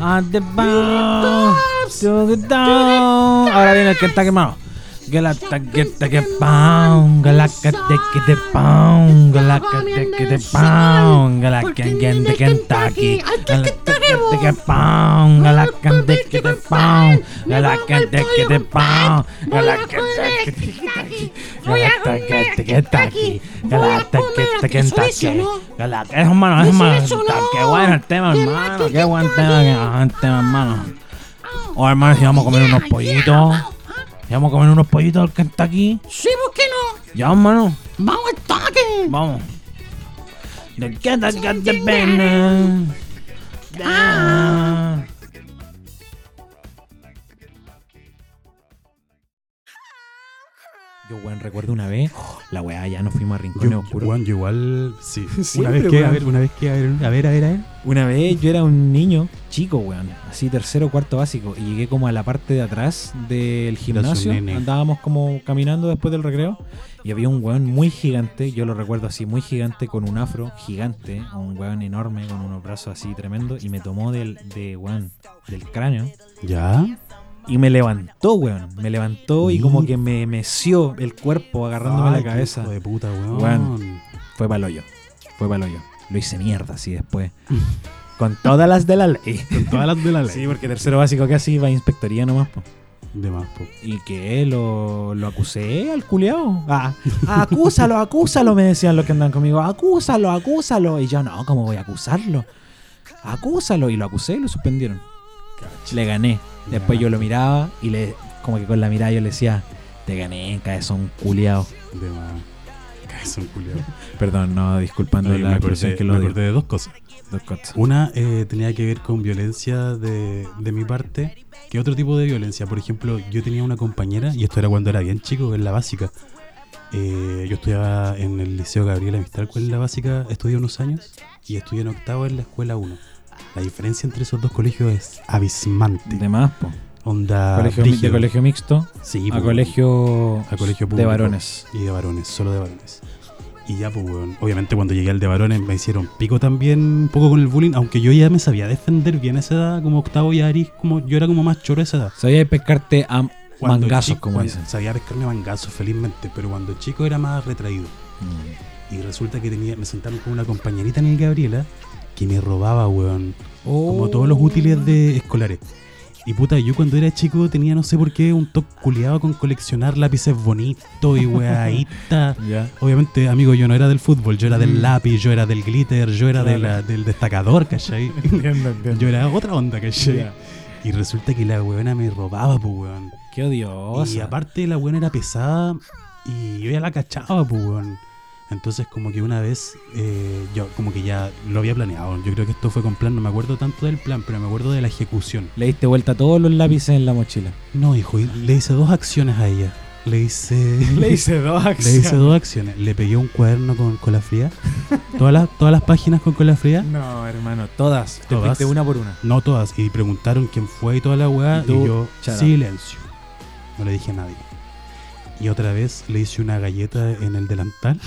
Speaker 1: At the bar, to the down. Ahora viene el Kentucky Mao. Galacta, get the get pound, galacta, take the pound, galacta, take the pound, galacta, get the Kentucky, galacta, get the get pound, galacta, take the pound, galacta, take the pound, galacta, take the Kentucky, galacta, get the Kentucky, galacta, get the Kentucky, galacta, es humano, es humano, qué bueno el tema, hermano, qué buen tema, qué buen tema, hermano. Oh, hermano, si vamos a comer unos pollitos. Si vamos ¿ah? a comer unos pollitos al Kentucky.
Speaker 4: Sí, ¿por qué no?
Speaker 1: Ya, hermano.
Speaker 4: Vamos al toque.
Speaker 1: Vamos. The Kentucky got the banana. Ah. Yo, weón, recuerdo una vez, la weá ya nos fuimos a
Speaker 2: Yo,
Speaker 1: rincones oscuros.
Speaker 2: weón, yo igual,
Speaker 1: <laughs>
Speaker 2: sí. una
Speaker 1: Siempre,
Speaker 2: vez que, a
Speaker 1: weón.
Speaker 2: ver, una vez que, a ver, a ver, a ver, a ver.
Speaker 1: Una vez yo era un niño chico, weón, así tercero cuarto básico, y llegué como a la parte de atrás del gimnasio.
Speaker 2: nene.
Speaker 1: Andábamos como caminando después del recreo, y había un weón muy gigante, yo lo recuerdo así, muy gigante, con un afro gigante, un weón enorme, con unos brazos así tremendo, y me tomó del, de, weón, del cráneo.
Speaker 2: Ya.
Speaker 1: Y me levantó, weón. Me levantó y como
Speaker 2: Mi-
Speaker 1: que me meció el cuerpo agarrándome
Speaker 2: Ay,
Speaker 1: la
Speaker 2: qué
Speaker 1: cabeza.
Speaker 2: hijo de puta, weón.
Speaker 1: Weón. Fue para hoyo. Fue para hoyo. Lo hice mierda así después. Con todas las de la ley.
Speaker 2: Mm. Con todas las de la ley.
Speaker 1: Pues Sí, porque tercero básico casi iba a inspectoría nomás. po.
Speaker 2: De más, po.
Speaker 1: Y que lo, lo acusé al culiao.
Speaker 2: <laughs>
Speaker 1: Ah, acúsalo, acúsalo, me decían los que andan conmigo. Acúsalo, acúsalo. Y yo, no, ¿cómo voy a acusarlo? Acúsalo. Y lo acusé y lo suspendieron. Le gané. Después yo lo miraba y le, como que con la mirada yo le decía, te gané, cabezón culiao.
Speaker 2: De más. <laughs> Jackson, Julio.
Speaker 1: Perdón, no, disculpando
Speaker 2: Oye, me
Speaker 1: la expresión
Speaker 2: acordé,
Speaker 1: que lo
Speaker 2: me
Speaker 1: odio.
Speaker 2: acordé de dos cosas.
Speaker 1: Dos cosas.
Speaker 2: Una eh, tenía que ver con violencia de, de mi parte, que otro tipo de violencia. Por ejemplo, yo tenía una compañera, y esto era cuando era bien chico, en la básica. Eh, yo estudiaba en el Liceo Gabriela Mistral, en la básica estudié unos años, y estudié en octavo en la escuela 1. La diferencia entre esos dos colegios es abismante.
Speaker 1: De más, po.
Speaker 2: Onda
Speaker 1: Colegio mi- de
Speaker 2: Ah, brígido.
Speaker 1: colegio mixto
Speaker 2: Sí,
Speaker 1: a
Speaker 2: pues,
Speaker 1: colegio,
Speaker 2: a colegio
Speaker 1: de
Speaker 2: público.
Speaker 1: varones.
Speaker 2: Y de varones, solo de varones. Y ya, pues, weón. Obviamente, cuando llegué al de varones me hicieron pico también un poco con el bullying, aunque yo ya me sabía defender bien a esa edad, como octavo y aris, como yo era como más choro a esa edad.
Speaker 1: Sabía pescarte a
Speaker 2: Cuando
Speaker 1: mangazos,
Speaker 2: chico-
Speaker 1: como
Speaker 2: cuando-
Speaker 1: dicen.
Speaker 2: Sabía pescarme mangazos, felizmente, pero cuando chico era más retraído. Y resulta que tenía, me sentaron con una compañerita en el Gabriela que me robaba, weón como todos los útiles de escolares. Y puta, yo cuando era chico tenía no sé por qué un toque culiado con coleccionar lápices bonitos
Speaker 1: <laughs>
Speaker 2: y weadita.
Speaker 1: Ya.
Speaker 2: Obviamente, amigo, yo no era del fútbol, yo era del
Speaker 1: Mm.
Speaker 2: lápiz, yo era del glitter, yo era de la- del destacador, ¿cachai?
Speaker 1: <laughs>
Speaker 2: yo era otra onda, ¿cachai?
Speaker 1: Ya.
Speaker 2: Y resulta que la weona me robaba, pues weón.
Speaker 1: Qué odioso.
Speaker 2: Y aparte la buena era pesada y yo ya la cachaba, pues, weón. Entonces como que una vez, eh, yo como que ya lo había planeado. Yo creo que esto fue con plan, no me acuerdo tanto del plan, pero me acuerdo de la ejecución.
Speaker 1: Le diste vuelta a todos los lápices en la mochila.
Speaker 2: No, hijo, y le hice dos acciones a ella. Le hice...
Speaker 1: <laughs>
Speaker 2: <laughs>
Speaker 1: hice dos
Speaker 2: le hice dos acciones. Le pegué un cuaderno con cola fría. Todas las, todas las páginas con cola fría.
Speaker 1: No, hermano, todas. Te
Speaker 2: Todas.
Speaker 1: fuiste una por una.
Speaker 2: No todas. Y preguntaron quién fue y toda la weá.
Speaker 1: Y
Speaker 2: Y,
Speaker 1: tú,
Speaker 2: yo,
Speaker 1: shut up.
Speaker 2: silencio. No le dije a nadie. Y otra vez le hice una galleta en
Speaker 1: <laughs>
Speaker 2: el delantal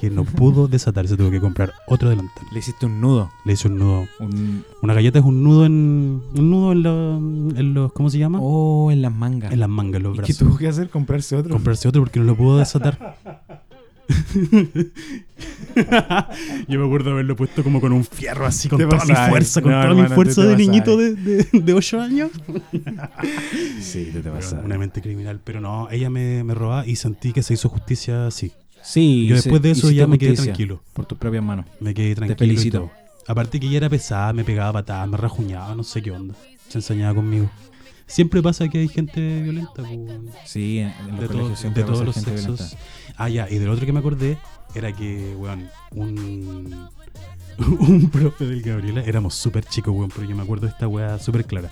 Speaker 2: que no pudo desatarse. Tuve que comprar otro delantal.
Speaker 1: Le hiciste un nudo.
Speaker 2: Le hice un nudo.
Speaker 1: Un...
Speaker 2: Una galleta es un nudo en. Un nudo en, los- en los. ¿Cómo se llama?
Speaker 1: Oh, en las mangas.
Speaker 2: En las mangas, en los
Speaker 1: ¿Y qué
Speaker 2: brazos.
Speaker 1: tuvo que hacer? Comprarse otro.
Speaker 2: Comprarse otro porque no lo
Speaker 1: <laughs>
Speaker 2: pudo desatar. Yo me acuerdo haberlo puesto como con un fierro así, con
Speaker 1: Te
Speaker 2: toda mi
Speaker 1: pasáis.
Speaker 2: fuerza, con
Speaker 1: No,
Speaker 2: toda mi
Speaker 1: hermano,
Speaker 2: fuerza
Speaker 1: te-
Speaker 2: de
Speaker 1: te
Speaker 2: niñito de, de, de 8 años.
Speaker 1: Sí, te, te
Speaker 2: Pero
Speaker 1: vas a...
Speaker 2: Una mente criminal, pero no, ella me, me robaba y sentí que se hizo justicia, sí.
Speaker 1: Sí.
Speaker 2: Yo
Speaker 1: hice-
Speaker 2: después de eso
Speaker 1: hiciste
Speaker 2: ya me quedé
Speaker 1: justicia
Speaker 2: tranquilo.
Speaker 1: Por tus propias manos.
Speaker 2: Me quedé tranquilo. y
Speaker 1: felicito.
Speaker 2: todo. Aparte que ella era pesada, me pegaba patadas, me rajuñaba, no sé qué onda. Se ensañaba conmigo. Siempre pasa que hay gente violenta, pues,
Speaker 1: Sí, en, en los
Speaker 2: de,
Speaker 1: colegios
Speaker 2: todo-
Speaker 1: siempre
Speaker 2: de
Speaker 1: va a
Speaker 2: todos
Speaker 1: ser
Speaker 2: los
Speaker 1: gente
Speaker 2: sexos.
Speaker 1: violenta.
Speaker 2: Ah, ya, y del otro que me acordé era que, weón, un, <laughs> un profe del Gabriela, éramos súper chicos, weón, pero yo me acuerdo de esta weá súper clara.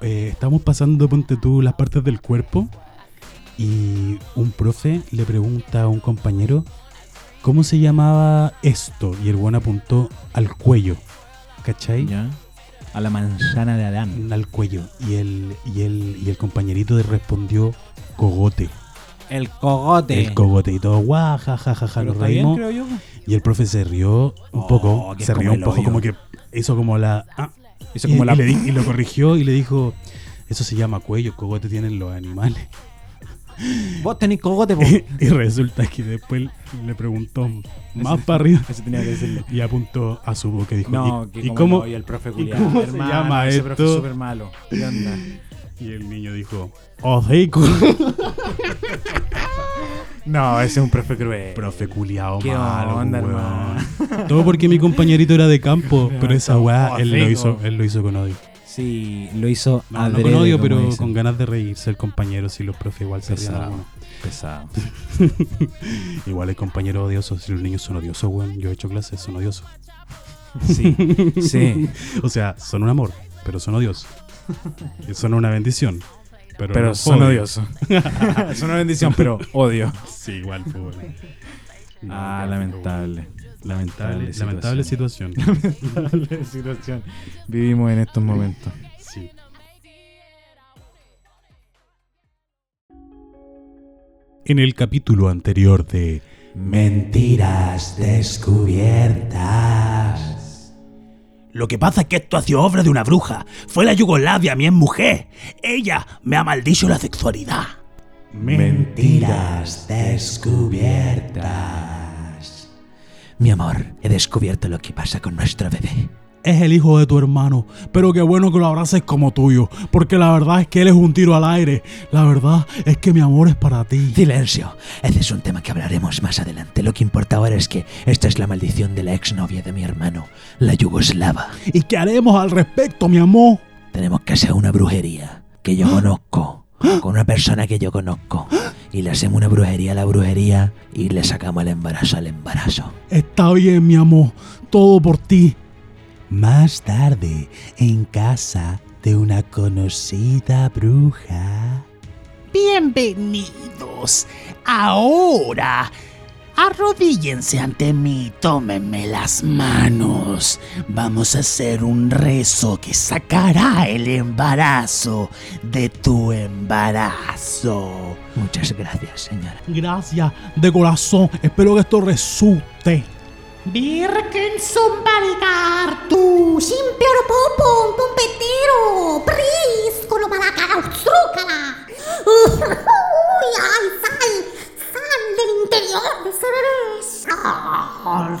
Speaker 2: Eh, estábamos pasando, ponte tú, las partes del cuerpo y un profe le pregunta a un compañero cómo se llamaba esto y el weón apuntó al cuello, ¿cachai?
Speaker 1: Ya. A la manzana de Adán.
Speaker 2: Al cuello. Y el, y, el, y el compañerito le respondió cogote.
Speaker 1: El cogote.
Speaker 2: El cogote y todo, guau, ja, ja, ja, ja,
Speaker 1: Pero
Speaker 2: nos
Speaker 1: está bien,
Speaker 2: reímos.
Speaker 1: creo yo.
Speaker 2: Y el profe se rió un
Speaker 1: Oh,
Speaker 2: poco,
Speaker 1: que es
Speaker 2: se rió
Speaker 1: como
Speaker 2: un
Speaker 1: el
Speaker 2: poco,
Speaker 1: hoyo.
Speaker 2: como que hizo como la... ah,
Speaker 1: Hizo
Speaker 2: y,
Speaker 1: como la...
Speaker 2: y le di- y lo corrigió y le dijo, eso se llama cuello, cogote tienen los animales.
Speaker 1: <laughs> Vos tenés cogote, po.
Speaker 2: y resulta que después le preguntó más para arriba
Speaker 1: <laughs> Eso tenía que decirlo.
Speaker 2: y apuntó a su boca y dijo,
Speaker 1: No,
Speaker 2: "¿Y-
Speaker 1: que
Speaker 2: ¿y,
Speaker 1: como
Speaker 2: cómo?
Speaker 1: el profe
Speaker 2: culiao,
Speaker 1: culiado.
Speaker 2: hermano, ese
Speaker 1: ese
Speaker 2: profe
Speaker 1: profe
Speaker 2: es
Speaker 1: súper malo. ¿Qué onda?
Speaker 2: Y el niño dijo, "Oh, hocico.
Speaker 1: No, ese es un profe cruel.
Speaker 2: profe culiao
Speaker 1: ¿Qué
Speaker 2: malo,
Speaker 1: onda,
Speaker 2: weón.
Speaker 1: hermano?
Speaker 2: Todo porque mi compañerito era
Speaker 1: <laughs>
Speaker 2: de campo, pero esa weá él lo
Speaker 1: hocico.
Speaker 2: hizo, él lo hizo con odio.
Speaker 1: Sí, lo hizo
Speaker 2: No, no
Speaker 1: adrede,
Speaker 2: con odio,
Speaker 1: como
Speaker 2: pero
Speaker 1: dicen.
Speaker 2: con ganas de reírse el compañero, si los profes igual se ríen
Speaker 1: Pesado.
Speaker 2: algunos. <laughs>
Speaker 1: Pesado.
Speaker 2: Igual hay compañeros odiosos, si los niños son odiosos, weón, yo he hecho clases, son odiosos.
Speaker 1: Sí, sí.
Speaker 2: O sea, son un amor, pero son
Speaker 1: <laughs>
Speaker 2: odiosos. Y son una bendición, pero,
Speaker 1: Pero
Speaker 2: no
Speaker 1: son
Speaker 2: odio.
Speaker 1: odiosos. <laughs> es una bendición, pero odio.
Speaker 2: Sí, igual, pues, weón. No,
Speaker 1: Ah,
Speaker 2: ya,
Speaker 1: lamentable.
Speaker 2: pues, weón.
Speaker 1: Lamentable,
Speaker 2: Lamentable, lamentable situación.
Speaker 1: <laughs> lamentable situación. Vivimos en estos momentos.
Speaker 2: Sí. En el capítulo anterior de
Speaker 1: Mentiras descubiertas.
Speaker 5: Lo que pasa es que esto ha sido obra de una bruja. Fue la Yugoslavia, mi ex mujer. Ella me ha maldicho la sexualidad.
Speaker 1: Mentiras descubiertas. Mi amor,
Speaker 5: He descubierto lo que pasa con nuestro bebé.
Speaker 2: es el hijo de tu hermano, pero qué bueno que lo abraces como tuyo, porque la verdad es que él es un tiro al aire. La verdad es que mi amor es para ti.
Speaker 5: Silencio. Ese es un tema que hablaremos más adelante. Lo que importa ahora es que esta es la maldición de la exnovia de mi hermano, la yugoslava.
Speaker 2: ¿Y qué haremos al respecto, mi amor? ¿Ah?
Speaker 5: Tenemos que hacer una brujería que yo conozco, con una persona que yo conozco y le hacemos una brujería a la brujería y le sacamos el embarazo al embarazo.
Speaker 2: Está bien, mi amor. Todo por ti. Más tarde, en casa de una conocida bruja.
Speaker 6: Bienvenidos. Ahora, arrodíllense ante mí, y tómenme las manos. Vamos a hacer un rezo que sacará el embarazo de tu embarazo.
Speaker 5: Muchas gracias, señora.
Speaker 2: Gracias de corazón. Espero que esto resulte.
Speaker 4: Birken Zumbaligar, tu simple popón, pompetero, pris, con lo malaca, zúcala. Uy, ay, sal, sal del interior de ese bebé.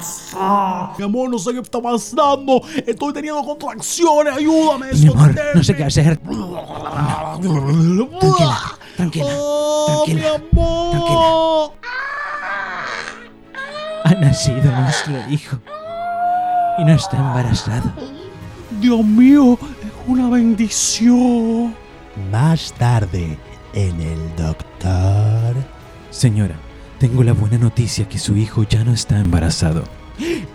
Speaker 4: Sal, sal.
Speaker 2: Mi amor, no sé qué está pasando. Estoy teniendo contracciones. Ayúdame.
Speaker 5: Mi amor, no sé qué hacer. Tranquila, tranquila.
Speaker 2: Oh, mi
Speaker 5: tranquila.
Speaker 2: amor.
Speaker 5: Ha nacido nuestro hijo. Y no está embarazado.
Speaker 2: Dios mío, es una bendición. Más tarde, en el doctor.
Speaker 1: Señora, tengo la buena noticia que su hijo ya no está embarazado.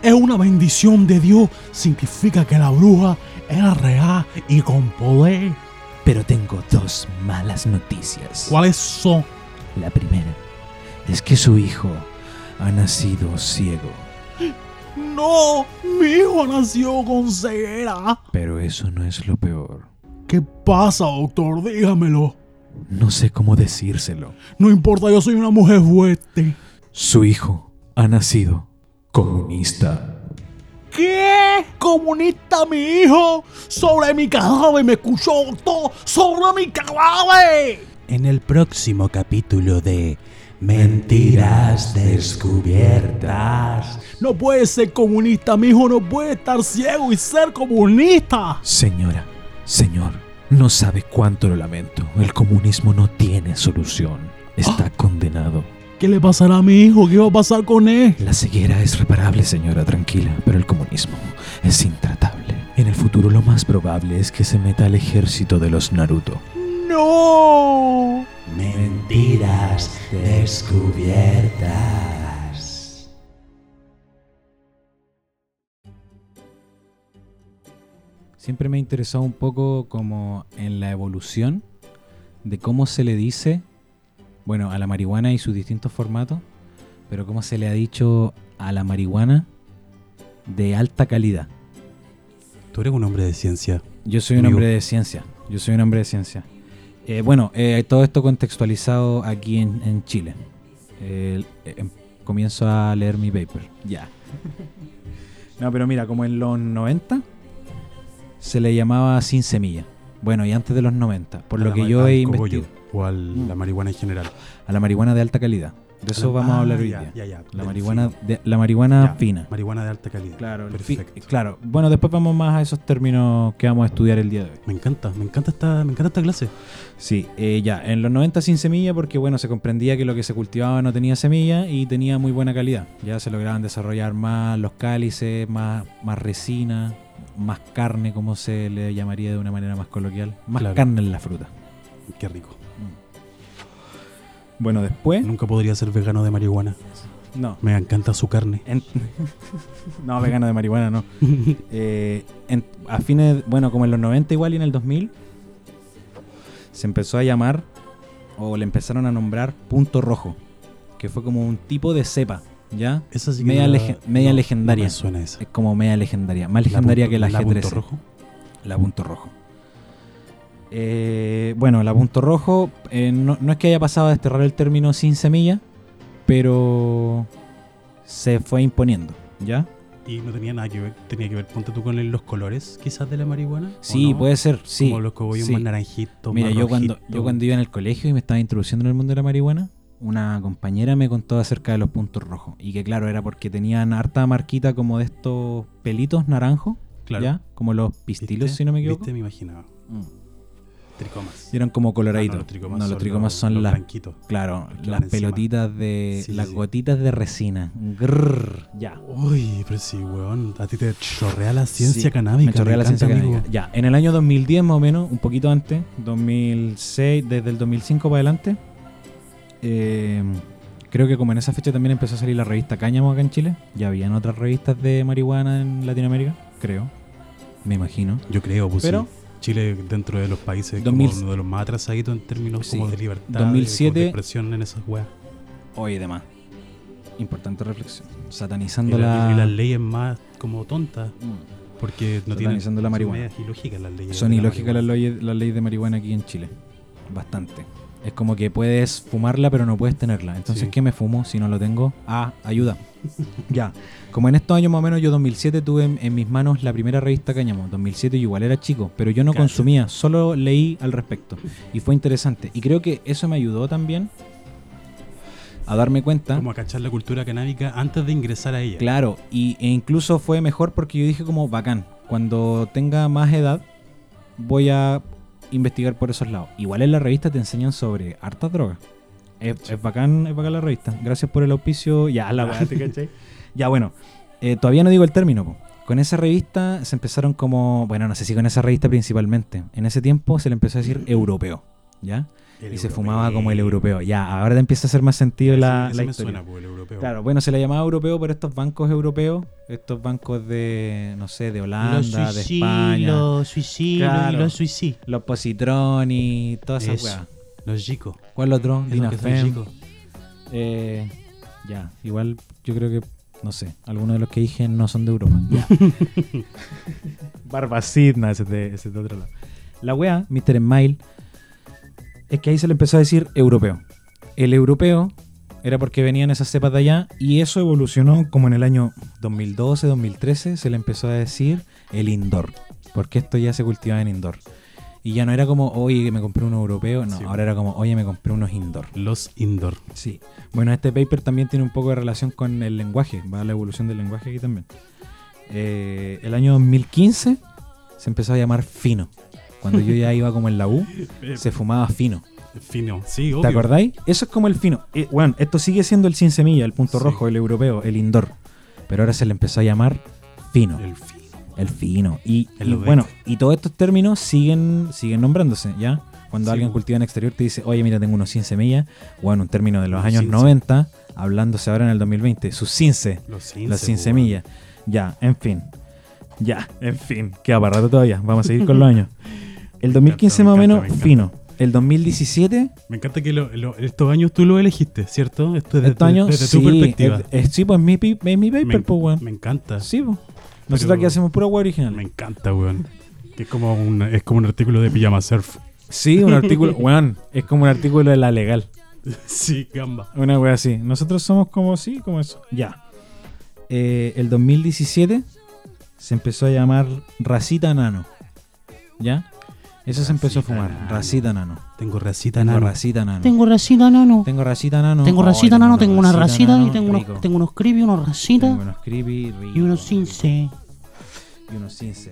Speaker 2: Es una bendición de Dios. Significa que la bruja era real y con poder.
Speaker 5: Pero tengo dos malas noticias.
Speaker 2: ¿Cuáles son?
Speaker 5: La primera es que su hijo ha nacido ciego.
Speaker 2: No, mi hijo nació con ceguera.
Speaker 5: Pero eso no es lo peor.
Speaker 2: ¿Qué pasa, doctor? Dígamelo.
Speaker 5: No sé cómo decírselo.
Speaker 2: No importa, yo soy una mujer fuerte.
Speaker 1: Su hijo ha nacido comunista.
Speaker 2: ¿Qué? Comunista mi hijo sobre mi cadáver, me escuchó todo sobre mi cadáver. En el próximo capítulo de Mentiras descubiertas. No puede ser comunista, mi hijo no puede estar ciego y ser comunista.
Speaker 1: Señora, señor, no sabe cuánto lo lamento. El comunismo no tiene solución. Está condenado.
Speaker 2: Ah. ¿Qué le pasará a mi hijo? ¿Qué va a pasar con él?
Speaker 1: La ceguera es reparable, señora, tranquila, pero el comunismo es intratable. En el futuro lo más probable es que se meta al ejército de los Naruto.
Speaker 2: No.
Speaker 5: Mentiras descubiertas.
Speaker 1: Siempre me ha interesado un poco como en la evolución de cómo se le dice, bueno, a la marihuana y sus distintos formatos, pero cómo se le ha dicho a la marihuana de alta calidad.
Speaker 2: Tú eres un hombre de ciencia.
Speaker 1: Yo soy un
Speaker 2: Amigo.
Speaker 1: hombre de ciencia. Yo soy un hombre de ciencia. Eh, bueno, eh, todo esto contextualizado aquí en, en Chile. Eh, eh, em- comienzo a leer mi paper. Ya. No, pero mira, como en los 90 se le llamaba sin semilla. Bueno, y antes de los 90, por lo que yo he investigado.
Speaker 2: O a la marihuana en general. Ah,
Speaker 1: A la marihuana de alta calidad. De eso vamos a hablar hoy día. La marihuana, de- la marihuana fina.
Speaker 2: Marihuana de alta calidad.
Speaker 1: Claro, el fi-
Speaker 2: perfecto.
Speaker 1: claro. Bueno, después vamos más a esos términos que vamos a estudiar el día de hoy.
Speaker 2: Me encanta, me encanta esta, me encanta esta clase.
Speaker 1: Sí, eh, ya, en los 90 sin semilla porque bueno, se comprendía que lo que se cultivaba no tenía semilla y tenía muy buena calidad. Ya se lograban desarrollar más los cálices, más, más resina, más carne, como se le llamaría de una manera más coloquial. Más
Speaker 2: Claro.
Speaker 1: carne en la fruta.
Speaker 2: Qué rico.
Speaker 1: Bueno, después...
Speaker 2: Nunca podría ser vegano de marihuana.
Speaker 1: No.
Speaker 2: Me encanta su carne.
Speaker 1: En- <laughs> no, vegano de marihuana, no. Eh, en- a fines, bueno, como en los 90 igual y en el 2000, se empezó a llamar, o le empezaron a nombrar punto rojo, que fue como un tipo de cepa, ¿ya?
Speaker 2: Esa sí que
Speaker 1: Media
Speaker 2: no la-
Speaker 1: lege- media
Speaker 2: no,
Speaker 1: legendaria.
Speaker 2: no me suena esa.
Speaker 1: Es como media legendaria, más legendaria
Speaker 2: punto-
Speaker 1: que la,
Speaker 2: la
Speaker 1: G13.
Speaker 2: punto rojo.
Speaker 1: La punto rojo. Eh, bueno, la punto rojo, eh, no, no es que haya pasado a desterrar el término sin semilla, pero se fue imponiendo, ¿ya?
Speaker 2: Y no tenía nada que ver, tenía que ver, ponte tú con el- los colores quizás de la marihuana. ¿o
Speaker 1: Sí,
Speaker 2: no?
Speaker 1: puede ser, sí.
Speaker 2: Como los cogollos
Speaker 1: sí.
Speaker 2: más naranjitos,
Speaker 1: Mira,
Speaker 2: más
Speaker 1: yo cuando,
Speaker 2: rojitos.
Speaker 1: yo cuando iba en el colegio y me estaba introduciendo en el mundo de la marihuana, una compañera me contó acerca de los puntos rojos. Y que claro, era porque tenían harta marquita como de estos pelitos naranjos,
Speaker 2: Claro.
Speaker 1: ¿ya? Como los
Speaker 2: ¿Viste?
Speaker 1: pistilos, si no me equivoco.
Speaker 2: Viste, me imaginaba.
Speaker 1: Mm.
Speaker 2: Tricomas.
Speaker 1: Y eran como coloraditos.
Speaker 2: Ah, no, los tricomas son
Speaker 1: tricomas
Speaker 2: los-
Speaker 1: son,
Speaker 2: los
Speaker 1: las,
Speaker 2: blanquitos.
Speaker 1: claro,
Speaker 2: que
Speaker 1: las
Speaker 2: van encima.
Speaker 1: pelotitas de,
Speaker 2: Sí, sí,
Speaker 1: las
Speaker 2: sí.
Speaker 1: gotitas de resina. Grrr, ya.
Speaker 2: Uy, pero sí, weón. A ti te chorrea la ciencia
Speaker 1: Sí,
Speaker 2: canábica.
Speaker 1: Ah, Me chorrea
Speaker 2: me
Speaker 1: la ciencia
Speaker 2: encanta,
Speaker 1: canábica.
Speaker 2: amigo.
Speaker 1: Ya, en el año 2010 más o menos, un poquito antes, 2006, desde el 2005 para adelante, eh, creo que como en esa fecha también empezó a salir la revista Cáñamo acá en Chile. Ya habían otras revistas de marihuana en Latinoamérica, creo. Me imagino.
Speaker 2: Yo creo, pues
Speaker 1: Pero-
Speaker 2: sí. Chile dentro de los países
Speaker 1: 2000
Speaker 2: como uno de los más atrasaditos en términos como
Speaker 1: Sí.
Speaker 2: de libertad, de-
Speaker 1: 2007
Speaker 2: como de expresión en esas weas.
Speaker 1: Oye, demás. Importante reflexión.
Speaker 2: Y,
Speaker 1: Satanizando
Speaker 2: la-
Speaker 1: la... Mm.
Speaker 2: y las leyes más como tontas, porque no tienen...
Speaker 1: Satanizando la
Speaker 2: son
Speaker 1: marihuana.
Speaker 2: medias ilógicas las leyes.
Speaker 1: Son
Speaker 2: de la
Speaker 1: ilógicas las
Speaker 2: marihuana.
Speaker 1: leyes, las leyes de marihuana aquí en Chile. Bastante. Es como que puedes fumarla, pero no puedes tenerla. Entonces,
Speaker 2: Sí.
Speaker 1: ¿qué me fumo si no lo tengo? Ah, ayuda. ya. Como en estos años más o menos, yo 2007 tuve en, en mis manos la primera revista Cáñamo. 2007 yo igual era chico, pero yo no
Speaker 2: Cacha.
Speaker 1: consumía, solo leí al respecto. Y fue interesante. Y creo que eso me ayudó también a darme cuenta.
Speaker 2: Como a cachar la cultura canábica antes de ingresar a ella.
Speaker 1: Claro, y, e incluso fue mejor porque yo dije como bacán, cuando tenga más edad voy a investigar por esos lados. Igual en la revista te enseñan sobre hartas drogas. Es, es bacán, es bacán la revista. Gracias por el auspicio. Ya, la weá,
Speaker 2: <laughs>
Speaker 1: ¿te cachai? Ya, bueno. eh, todavía no digo el término, po. Con esa revista se empezaron como... Bueno, no sé si con esa revista principalmente. En ese tiempo se le empezó a decir europeo, ¿ya?
Speaker 2: El
Speaker 1: y se
Speaker 2: europeo.
Speaker 1: fumaba como el europeo. Ya, ahora te empieza a hacer más sentido
Speaker 2: Ese-
Speaker 1: la,
Speaker 2: ese
Speaker 1: la
Speaker 2: me
Speaker 1: historia.
Speaker 2: suena, pues, el europeo.
Speaker 1: Claro, bueno, se le llamaba europeo por estos bancos europeos, estos bancos de, no sé, de Holanda, de España,
Speaker 6: los suicidios
Speaker 1: Claro.
Speaker 6: y los suicidios.
Speaker 1: los positroni, todas esas
Speaker 2: Eso.
Speaker 1: weas.
Speaker 2: Los chicos.
Speaker 1: ¿Cuál otro?
Speaker 2: Es lo que son
Speaker 1: Dinafem.
Speaker 2: chicos.
Speaker 1: Eh, ya, igual yo creo que, no sé, algunos de los que dije no son de Europa. <laughs> Ya. Barbacid, no, ese es de, ese es de otro lado. La wea, Mr. Smile, es que ahí se le empezó a decir europeo. El europeo era porque venían esas cepas de allá y eso evolucionó como en el año 2012, 2013 se le empezó a decir el indoor, porque esto ya se cultivaba en indoor. Y ya no era como, oye, me compré uno europeo, no,
Speaker 2: Sí.
Speaker 1: ahora era como, oye, me compré unos indoor.
Speaker 2: Los indoor.
Speaker 1: Sí. Bueno, este paper también tiene un poco de relación con el lenguaje, va la evolución del lenguaje aquí también. Eh, el año 2015 se empezó a llamar fino. Cuando yo ya iba como en la
Speaker 2: <laughs>
Speaker 1: U, se fumaba fino.
Speaker 2: Fino. Sí, obvio.
Speaker 1: ¿Te acordáis? Eso es como el fino. Eh, bueno, esto sigue siendo el sin semilla, el punto
Speaker 2: Sí.
Speaker 1: rojo, el europeo, el indoor. Pero ahora se le empezó a llamar fino.
Speaker 2: El fino.
Speaker 1: El fino. Y,
Speaker 2: El
Speaker 1: y
Speaker 2: obeso.
Speaker 1: bueno, y todos estos términos siguen, siguen nombrándose, ¿ya? Cuando
Speaker 2: Sí,
Speaker 1: alguien
Speaker 2: po.
Speaker 1: cultiva en exterior te dice, oye, mira, tengo unos sin semillas. Bueno, un término de los
Speaker 2: Los
Speaker 1: años
Speaker 2: cince.
Speaker 1: 90, hablándose ahora en el 2020. Sus cince,
Speaker 2: Los sin,
Speaker 1: los sin semillas. Ya, en fin. Ya, en fin. Queda para rato todavía. Vamos a seguir con los
Speaker 2: <laughs>
Speaker 1: años. El
Speaker 2: Me
Speaker 1: 2015
Speaker 2: encanta,
Speaker 1: más o
Speaker 2: me
Speaker 1: menos,
Speaker 2: encanta, me
Speaker 1: fino. El 2017,
Speaker 2: Me encanta que lo- lo- estos años tú lo elegiste, ¿cierto? Esto es desde,
Speaker 1: estos años,
Speaker 2: desde
Speaker 1: sí,
Speaker 2: tu perspectiva.
Speaker 1: es- es- sí, pues es mi, pi- es mi paper,
Speaker 2: me,
Speaker 1: pues, weón.
Speaker 2: me encanta.
Speaker 1: Sí, pues. Nosotros
Speaker 2: Pero-
Speaker 1: aquí hacemos pura web original.
Speaker 2: Me encanta, weón. Que es como un, es como un artículo de pijama surf. <laughs>
Speaker 1: Sí, un
Speaker 4: <laughs>
Speaker 1: artículo, weón, es como un artículo de la legal.
Speaker 2: sí, gamba.
Speaker 1: Una wea así. Nosotros somos como sí, como eso. Ya. Eh, el 2017 se empezó a llamar Racita Nano. ¿Ya? Eso se empezó a
Speaker 2: Racita
Speaker 1: fumar.
Speaker 2: Nano.
Speaker 1: Racita Nano.
Speaker 2: Tengo racita
Speaker 1: Tengo
Speaker 2: nana.
Speaker 1: Racita Nano. Tengo,
Speaker 4: Tengo racita nano.
Speaker 1: Racita Nano.
Speaker 4: Tengo
Speaker 1: Ay,
Speaker 4: racita nano, tengo una racita y
Speaker 1: nano,
Speaker 4: tengo
Speaker 1: rico.
Speaker 4: unos, tengo unos creepy, unos
Speaker 1: Tengo
Speaker 4: racitas
Speaker 1: unos creepy, rico,
Speaker 4: y unos cince.
Speaker 1: y unos cince.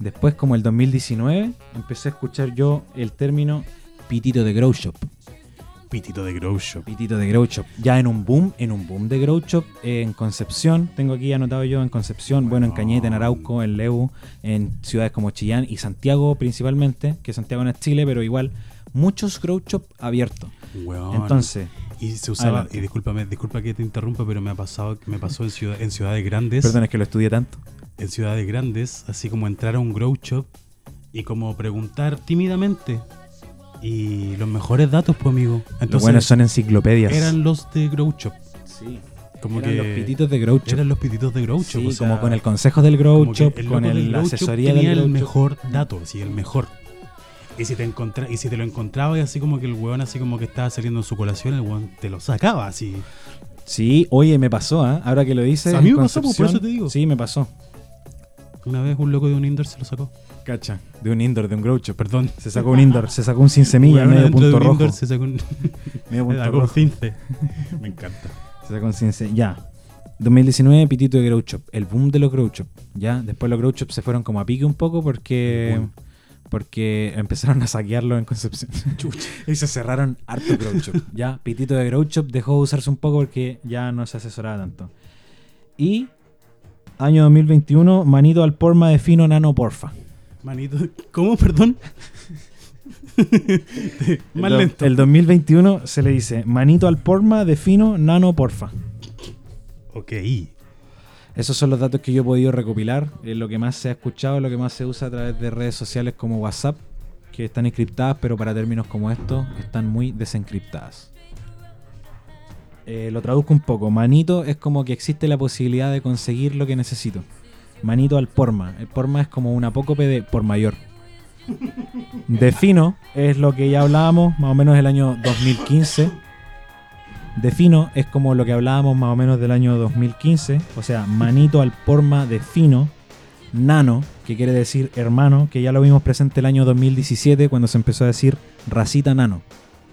Speaker 1: Después, como el 2019, empecé a escuchar yo el término pitito de grow shop.
Speaker 2: Pitito de grow shop.
Speaker 1: Pitito de Grow Shop. Ya en un boom, en un boom de Grow Shop, eh, en Concepción, tengo aquí anotado yo en Concepción, bueno, en Cañete, en Arauco, en Leu, en ciudades como Chillán y Santiago principalmente, que Santiago no es Chile, pero igual, muchos Grow Shop abiertos.
Speaker 2: Weón.
Speaker 1: Entonces,
Speaker 2: Y se usaba,
Speaker 1: Adelante.
Speaker 2: y discúlpame, disculpa que te interrumpa, pero me ha pasado, me pasó en ciudad, en ciudades grandes.
Speaker 1: perdón, es que lo estudié tanto.
Speaker 2: en ciudades grandes, así como entrar a un grow shop y como preguntar tímidamente. Y los mejores datos, pues amigo.
Speaker 1: Los
Speaker 2: Entonces
Speaker 1: buenos son enciclopedias.
Speaker 2: eran los de grow shop.
Speaker 1: Sí,
Speaker 2: Como
Speaker 1: eran
Speaker 2: que
Speaker 1: los pititos de Grow Shop.
Speaker 2: eran los pititos de pues, grow shop.
Speaker 1: Sí, pues,
Speaker 2: o sea,
Speaker 1: como con el consejo del Grow
Speaker 2: como que
Speaker 1: Shop,
Speaker 2: loco
Speaker 1: con
Speaker 2: del
Speaker 1: el- la
Speaker 2: grow shop
Speaker 1: asesoría del
Speaker 2: tenía
Speaker 1: Grow
Speaker 2: el
Speaker 1: Shop.
Speaker 2: mejor dato, sí, el mejor. Y si te encontra, y si te lo encontraba y así como que el weón así como que estaba saliendo en su colación, el weón te lo sacaba así.
Speaker 1: Sí, oye, me pasó, ¿ah? ahora que lo dices.
Speaker 2: A mí
Speaker 1: en
Speaker 2: me pasó, pues, por eso te digo.
Speaker 1: Sí, me pasó.
Speaker 2: Una vez un loco de un indoor se lo sacó.
Speaker 1: Cacha, de un indoor, de un Grow Shop.
Speaker 2: Perdón.
Speaker 1: Se sacó un indoor, se sacó un sin semilla,
Speaker 2: Weón,
Speaker 1: medio
Speaker 2: adentro de
Speaker 1: punto
Speaker 2: un
Speaker 1: rojo.
Speaker 2: indoor se sacó <laughs> un,
Speaker 1: Medio
Speaker 2: se
Speaker 1: punto
Speaker 2: sacó un
Speaker 1: rojo.
Speaker 2: cince. Me encanta.
Speaker 1: Se sacó un cince. Ya. 2019, pitito de Grow Shop. El boom de los Grow Shop. Ya. Después los Grow Shop se fueron como a pique un poco
Speaker 2: El
Speaker 1: porque.
Speaker 2: boom.
Speaker 1: Porque empezaron a saquearlo en Concepción. <laughs> y se cerraron harto Grow Shop. Ya. Pitito de Grow Shop dejó de usarse un poco porque ya no se asesoraba tanto. Y. Año 2021, manito al porma de fino nano porfa.
Speaker 2: <laughs>
Speaker 1: <laughs>
Speaker 2: Manito, ¿cómo? Perdón.
Speaker 1: el,
Speaker 2: Más
Speaker 1: do-
Speaker 2: lento.
Speaker 1: el 2021 se le dice manito al porma, defino, nano, porfa.
Speaker 2: Ok.
Speaker 1: Esos son los datos que yo he podido recopilar, eh, lo que más se ha escuchado, lo que más se usa a través de redes sociales como WhatsApp, que están encriptadas, pero para términos como estos están muy desencriptadas. Eh, lo traduzco un poco. Manito es como que existe la posibilidad de conseguir lo que necesito. Manito al porma. El porma es como un apócope de por mayor. Defino es lo que ya hablábamos más o menos del año 2015. Defino es como lo que hablábamos más o menos del año 2015, o sea, manito al porma de fino, nano, que quiere decir hermano, que ya lo vimos presente el año 2017 cuando se empezó a decir racita nano.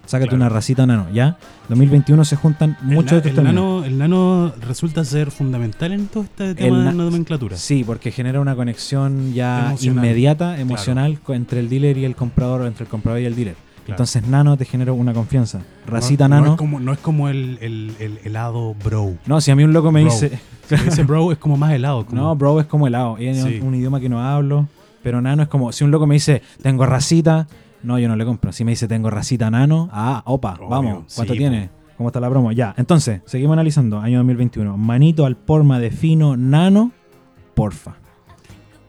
Speaker 1: Sácate
Speaker 2: Claro.
Speaker 1: una racita nano, ¿ya? 2021 se juntan muchos de
Speaker 2: el,
Speaker 1: estos
Speaker 2: na- el
Speaker 1: términos.
Speaker 2: nano, el nano resulta ser fundamental en todo este tema
Speaker 1: El na-
Speaker 2: de nomenclatura.
Speaker 1: Sí, porque genera una conexión ya
Speaker 2: Emocional.
Speaker 1: inmediata, emocional, co- entre el dealer y el comprador, o entre el comprador y el dealer.
Speaker 2: Claro.
Speaker 1: Entonces, nano te genera una confianza. Racita
Speaker 2: no, No
Speaker 1: nano.
Speaker 2: es como, no es como el, el- el helado bro.
Speaker 1: No, si a mí un loco me
Speaker 2: Bro.
Speaker 1: dice,
Speaker 2: Si me dice bro es como más helado. como-
Speaker 1: no, bro, es como helado. Es
Speaker 2: Sí.
Speaker 1: un idioma que no hablo. Pero nano es como, si un loco me dice, tengo racita, no, yo no le compro. Si me dice, tengo racita nano, ah, opa,
Speaker 2: Obvio,
Speaker 1: vamos, ¿cuánto
Speaker 2: sí,
Speaker 1: tiene? ¿Cómo está la promo? Ya, entonces, seguimos analizando, año 2021. Manito al porma de fino, nano, porfa.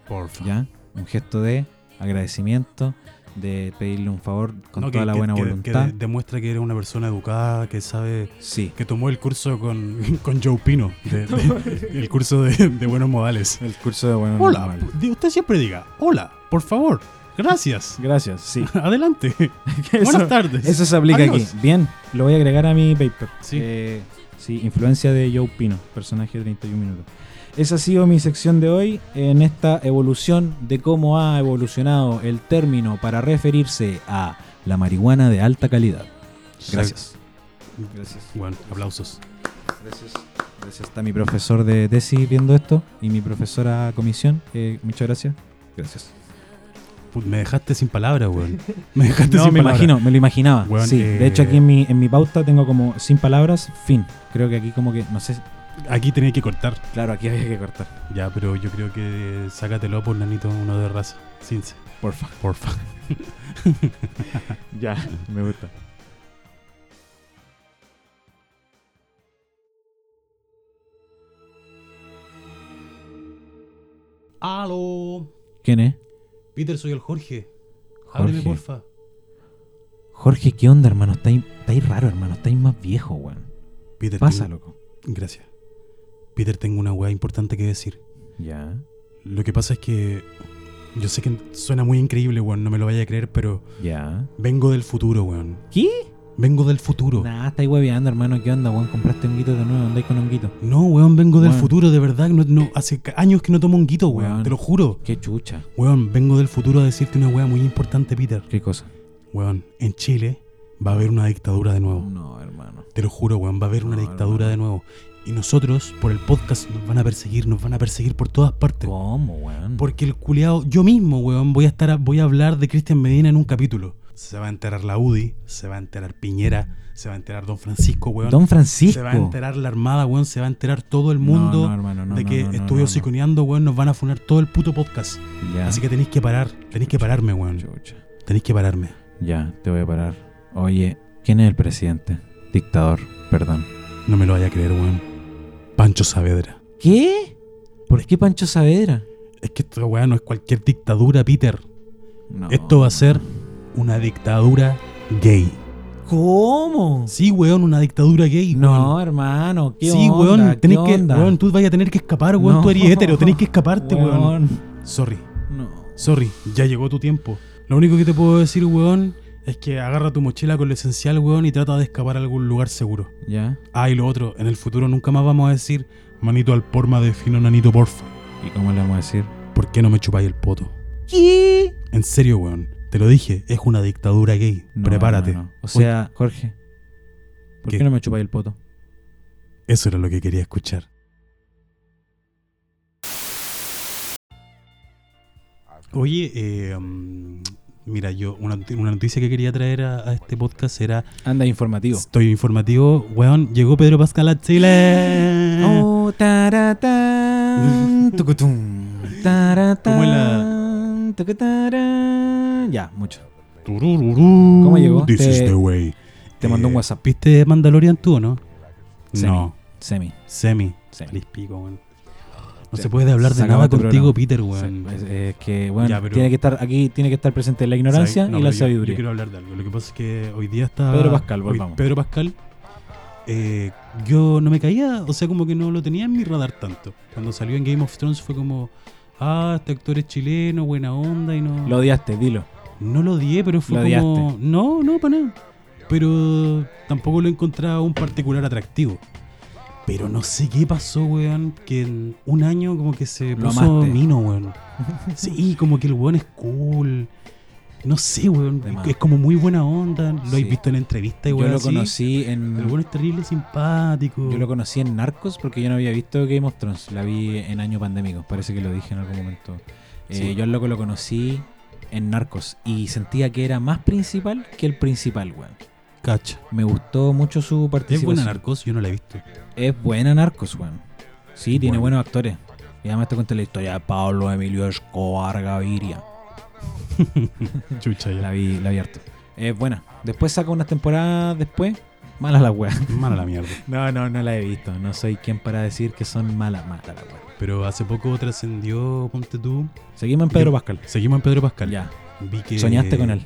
Speaker 2: Porfa.
Speaker 1: ¿ya? Un gesto de agradecimiento, de pedirle un favor con
Speaker 2: No, que-
Speaker 1: toda la
Speaker 2: que-
Speaker 1: buena
Speaker 2: que-
Speaker 1: voluntad.
Speaker 2: Que demuestra que eres una persona educada, que sabe,
Speaker 1: sí.
Speaker 2: que tomó el curso con, <laughs> con Joe Pino,
Speaker 1: <laughs>
Speaker 2: de- de- el curso de, de buenos modales.
Speaker 1: El curso de buena
Speaker 2: Hola, pues. di- usted siempre diga, hola, por favor, gracias, <laughs>
Speaker 1: Gracias, sí.
Speaker 2: adelante,
Speaker 1: <laughs> Eso-
Speaker 2: buenas tardes.
Speaker 1: Eso se aplica
Speaker 2: Adiós.
Speaker 1: aquí. Bien, lo voy a agregar a mi paper.
Speaker 2: Sí.
Speaker 1: Eh, sí, influencia de Joe Pino, personaje de 31 minutos. Esa ha sido mi sección de hoy en esta evolución de cómo ha evolucionado el término para referirse a la marihuana de alta calidad. Gracias. Gracias.
Speaker 2: Bueno, aplausos.
Speaker 1: Gracias. Gracias. Está mi profesor de tesis viendo esto y mi profesora comisión. Eh, muchas gracias. Gracias.
Speaker 2: Put- me dejaste sin palabras, <laughs> weón. Me dejaste
Speaker 1: No,
Speaker 2: sin
Speaker 1: me
Speaker 2: palabras.
Speaker 1: imagino, me lo imaginaba.
Speaker 2: Weón,
Speaker 1: sí,
Speaker 2: eh,
Speaker 1: de hecho aquí en mi, en mi pauta tengo como sin palabras, fin. Creo que aquí como que, no sé,
Speaker 2: Aquí tenía que cortar.
Speaker 1: claro, aquí había que cortar.
Speaker 2: Ya, pero yo creo que sácatelo por nanito uno de raza. Sinse,
Speaker 1: Porfa.
Speaker 2: porfa.
Speaker 1: Ya, me gusta.
Speaker 2: ¡Aló!
Speaker 1: ¿Quién es?
Speaker 2: Peter, soy el Jorge.
Speaker 1: Ábreme,
Speaker 2: Ábreme,
Speaker 1: Jorge.
Speaker 2: porfa.
Speaker 1: Jorge, ¿qué onda, hermano? Estáis estáis raro, hermano. Estáis más viejo, weón.
Speaker 2: Peter,
Speaker 1: Pasa, loco.
Speaker 2: tengo- Gracias. Peter, tengo una weá importante que decir.
Speaker 1: Ya.
Speaker 2: Lo que pasa es que. Yo sé que suena muy increíble, weón. No me lo vaya a creer, pero
Speaker 1: Ya.
Speaker 2: vengo del futuro, weón.
Speaker 1: ¿Qué?
Speaker 2: Vengo del futuro.
Speaker 1: Nah, estáis hueveando, hermano. ¿Qué onda, weón? Compraste honguitos de nuevo. Andáis con honguitos.
Speaker 2: No, weón, vengo del
Speaker 1: Weón.
Speaker 2: futuro, de verdad. No, no, hace ca- años que no tomo un guito, weón,
Speaker 1: Weón.
Speaker 2: Te lo juro.
Speaker 1: Qué chucha.
Speaker 2: Weón, vengo del futuro a decirte una weá muy importante, Peter.
Speaker 1: Qué cosa.
Speaker 2: Weón, en Chile va a haber una dictadura de nuevo.
Speaker 1: No, hermano.
Speaker 2: Te lo juro, weón, va a haber una
Speaker 1: No,
Speaker 2: dictadura de nuevo. Y nosotros, por el podcast, nos van a perseguir, nos van a perseguir por todas partes.
Speaker 1: ¿Cómo, weón?
Speaker 2: Porque el culiao, yo mismo, weón, voy a estar a- voy a hablar de Cristian Medina en un capítulo. Se va a enterar la UDI, se va a enterar Piñera, se va a enterar Don Francisco, weón.
Speaker 1: Don Francisco.
Speaker 2: se va a enterar la Armada, weón, se va a enterar todo el mundo
Speaker 1: No, no, hermano, no,
Speaker 2: de
Speaker 1: no,
Speaker 2: que
Speaker 1: no, no,
Speaker 2: estudio
Speaker 1: no, no.
Speaker 2: psiconeando, weón, nos van a funar todo el puto podcast.
Speaker 1: Ya.
Speaker 2: Así que tenéis que parar, tenéis que pararme, weón.
Speaker 1: Chucha.
Speaker 2: Tenéis que pararme.
Speaker 1: Ya, te voy a parar. Oye, ¿quién es el presidente? Dictador, perdón.
Speaker 2: No me lo vaya a creer, weón. Pancho Saavedra.
Speaker 1: ¿Qué? ¿Por qué Pancho Saavedra?
Speaker 2: Es que esta weá no es cualquier dictadura, Peter.
Speaker 1: No.
Speaker 2: Esto va a ser una dictadura gay.
Speaker 1: ¿Cómo?
Speaker 2: Sí, weón, una dictadura gay.
Speaker 1: No,
Speaker 2: weón.
Speaker 1: hermano. ¿qué
Speaker 2: Sí,
Speaker 1: onda?
Speaker 2: weón, tenés
Speaker 1: ¿Qué
Speaker 2: que,
Speaker 1: onda?
Speaker 2: weón, tú vayas a tener que escapar, weón,
Speaker 1: No.
Speaker 2: tú eres hetero, tenés que escaparte, weón.
Speaker 1: Weón.
Speaker 2: Sorry,
Speaker 1: No.
Speaker 2: sorry, ya llegó tu tiempo. Lo único que te puedo decir, weón, es que agarra tu mochila con lo esencial, weón, y trata de escapar a algún lugar seguro.
Speaker 1: Ya.
Speaker 2: Ah, y lo otro, en el futuro nunca más vamos a decir, manito al porma de fino nanito porfa.
Speaker 1: ¿Y cómo le vamos a decir?
Speaker 2: ¿Por qué no me chupáis el poto?
Speaker 1: ¿Qué?
Speaker 2: En serio, weón. Te lo dije, es una dictadura gay.
Speaker 1: No,
Speaker 2: Prepárate.
Speaker 1: no, no. O sea, Jorge. ¿Por qué?
Speaker 2: ¿Qué?
Speaker 1: no me chupáis el poto?
Speaker 2: Eso era lo que quería escuchar. Oye, eh, mm, mira, yo una, noti- una noticia que quería traer a, a este podcast era...
Speaker 1: Anda
Speaker 2: <laughs>
Speaker 1: informativo.
Speaker 2: Estoy informativo, weón, llegó Pedro Pascal a Chile.
Speaker 1: <gasps> Oh,
Speaker 2: <laughs>
Speaker 1: taratán, tucutum, taratán,
Speaker 2: ¿Cómo es la-
Speaker 1: tucutarán. Ya, mucho.
Speaker 2: ¿Cómo
Speaker 1: llegó?
Speaker 2: This is
Speaker 1: Te-
Speaker 2: the way.
Speaker 1: Te mandó un
Speaker 2: Eh,
Speaker 1: WhatsApp.
Speaker 2: ¿Viste Mandalorian tú o no?
Speaker 1: Semi.
Speaker 2: No.
Speaker 1: Semi.
Speaker 2: Semi.
Speaker 1: Semi.
Speaker 2: Feliz pico, weón. No
Speaker 1: Sí.
Speaker 2: se puede hablar de
Speaker 1: Se acabó
Speaker 2: nada
Speaker 1: este
Speaker 2: contigo,
Speaker 1: programa.
Speaker 2: Peter,
Speaker 1: Sí,
Speaker 2: weón.
Speaker 1: pues, eh, que bueno,
Speaker 2: Ya, pero-
Speaker 1: tiene que estar aquí tiene que estar presente la ignorancia
Speaker 2: Sabi- no,
Speaker 1: y la
Speaker 2: pero yo- Yo,
Speaker 1: sabiduría.
Speaker 2: quiero hablar de algo. Lo que pasa es que hoy día está.
Speaker 1: Pedro Pascal,
Speaker 2: hoy-
Speaker 1: volvamos.
Speaker 2: Pedro Pascal. eh, yo no me caía, o sea, como que no lo tenía en mi radar tanto. Cuando salió en Game of Thrones fue como. Ah, este actor es chileno, buena onda y no.
Speaker 1: Lo odiaste, dilo.
Speaker 2: No lo odié, pero fue
Speaker 1: Lo odiaste.
Speaker 2: como. No, no, para nada. Pero tampoco lo encontraba un particular atractivo. Pero no sé qué pasó, weón, que en un año como que se
Speaker 1: Lo
Speaker 2: puso
Speaker 1: amaste.
Speaker 2: mino, weón. Sí, como que el weón es cool. No sé, weón.
Speaker 1: De más.
Speaker 2: Es como muy buena onda. Lo
Speaker 1: Sí.
Speaker 2: habéis visto en entrevistas,
Speaker 1: Yo
Speaker 2: weón.
Speaker 1: lo
Speaker 2: así.
Speaker 1: conocí
Speaker 2: El
Speaker 1: en
Speaker 2: weón es terrible simpático.
Speaker 1: yo lo conocí en Narcos porque yo no había visto Game of Thrones, la vi en año pandémico, parece que lo dije en algún momento. Eh,
Speaker 2: Sí.
Speaker 1: Yo al loco lo conocí en Narcos y sentía que era más principal que el principal, weón.
Speaker 2: Cacha.
Speaker 1: Me gustó mucho su
Speaker 2: Es
Speaker 1: participación.
Speaker 2: buena narcos, yo no la he visto.
Speaker 1: Es buena Narcos, weón. Sí, tiene
Speaker 2: Bueno.
Speaker 1: buenos actores. Y además te cuenta la historia de Pablo Emilio Escobar Gaviria.
Speaker 2: Chucha,
Speaker 1: La
Speaker 2: ya.
Speaker 1: vi, la vi harto. Es buena. Después saca unas temporadas después. Malas las weas.
Speaker 2: Mala la mierda.
Speaker 1: <laughs> No, no, no la he visto. No soy quien para decir que son malas, malas las weas.
Speaker 2: Pero hace poco trascendió, ponte tú.
Speaker 1: Seguimos en Pedro
Speaker 2: Yo-
Speaker 1: Pascal.
Speaker 2: Seguimos en Pedro Pascal.
Speaker 1: Ya.
Speaker 2: Vi que-
Speaker 1: Soñaste con él.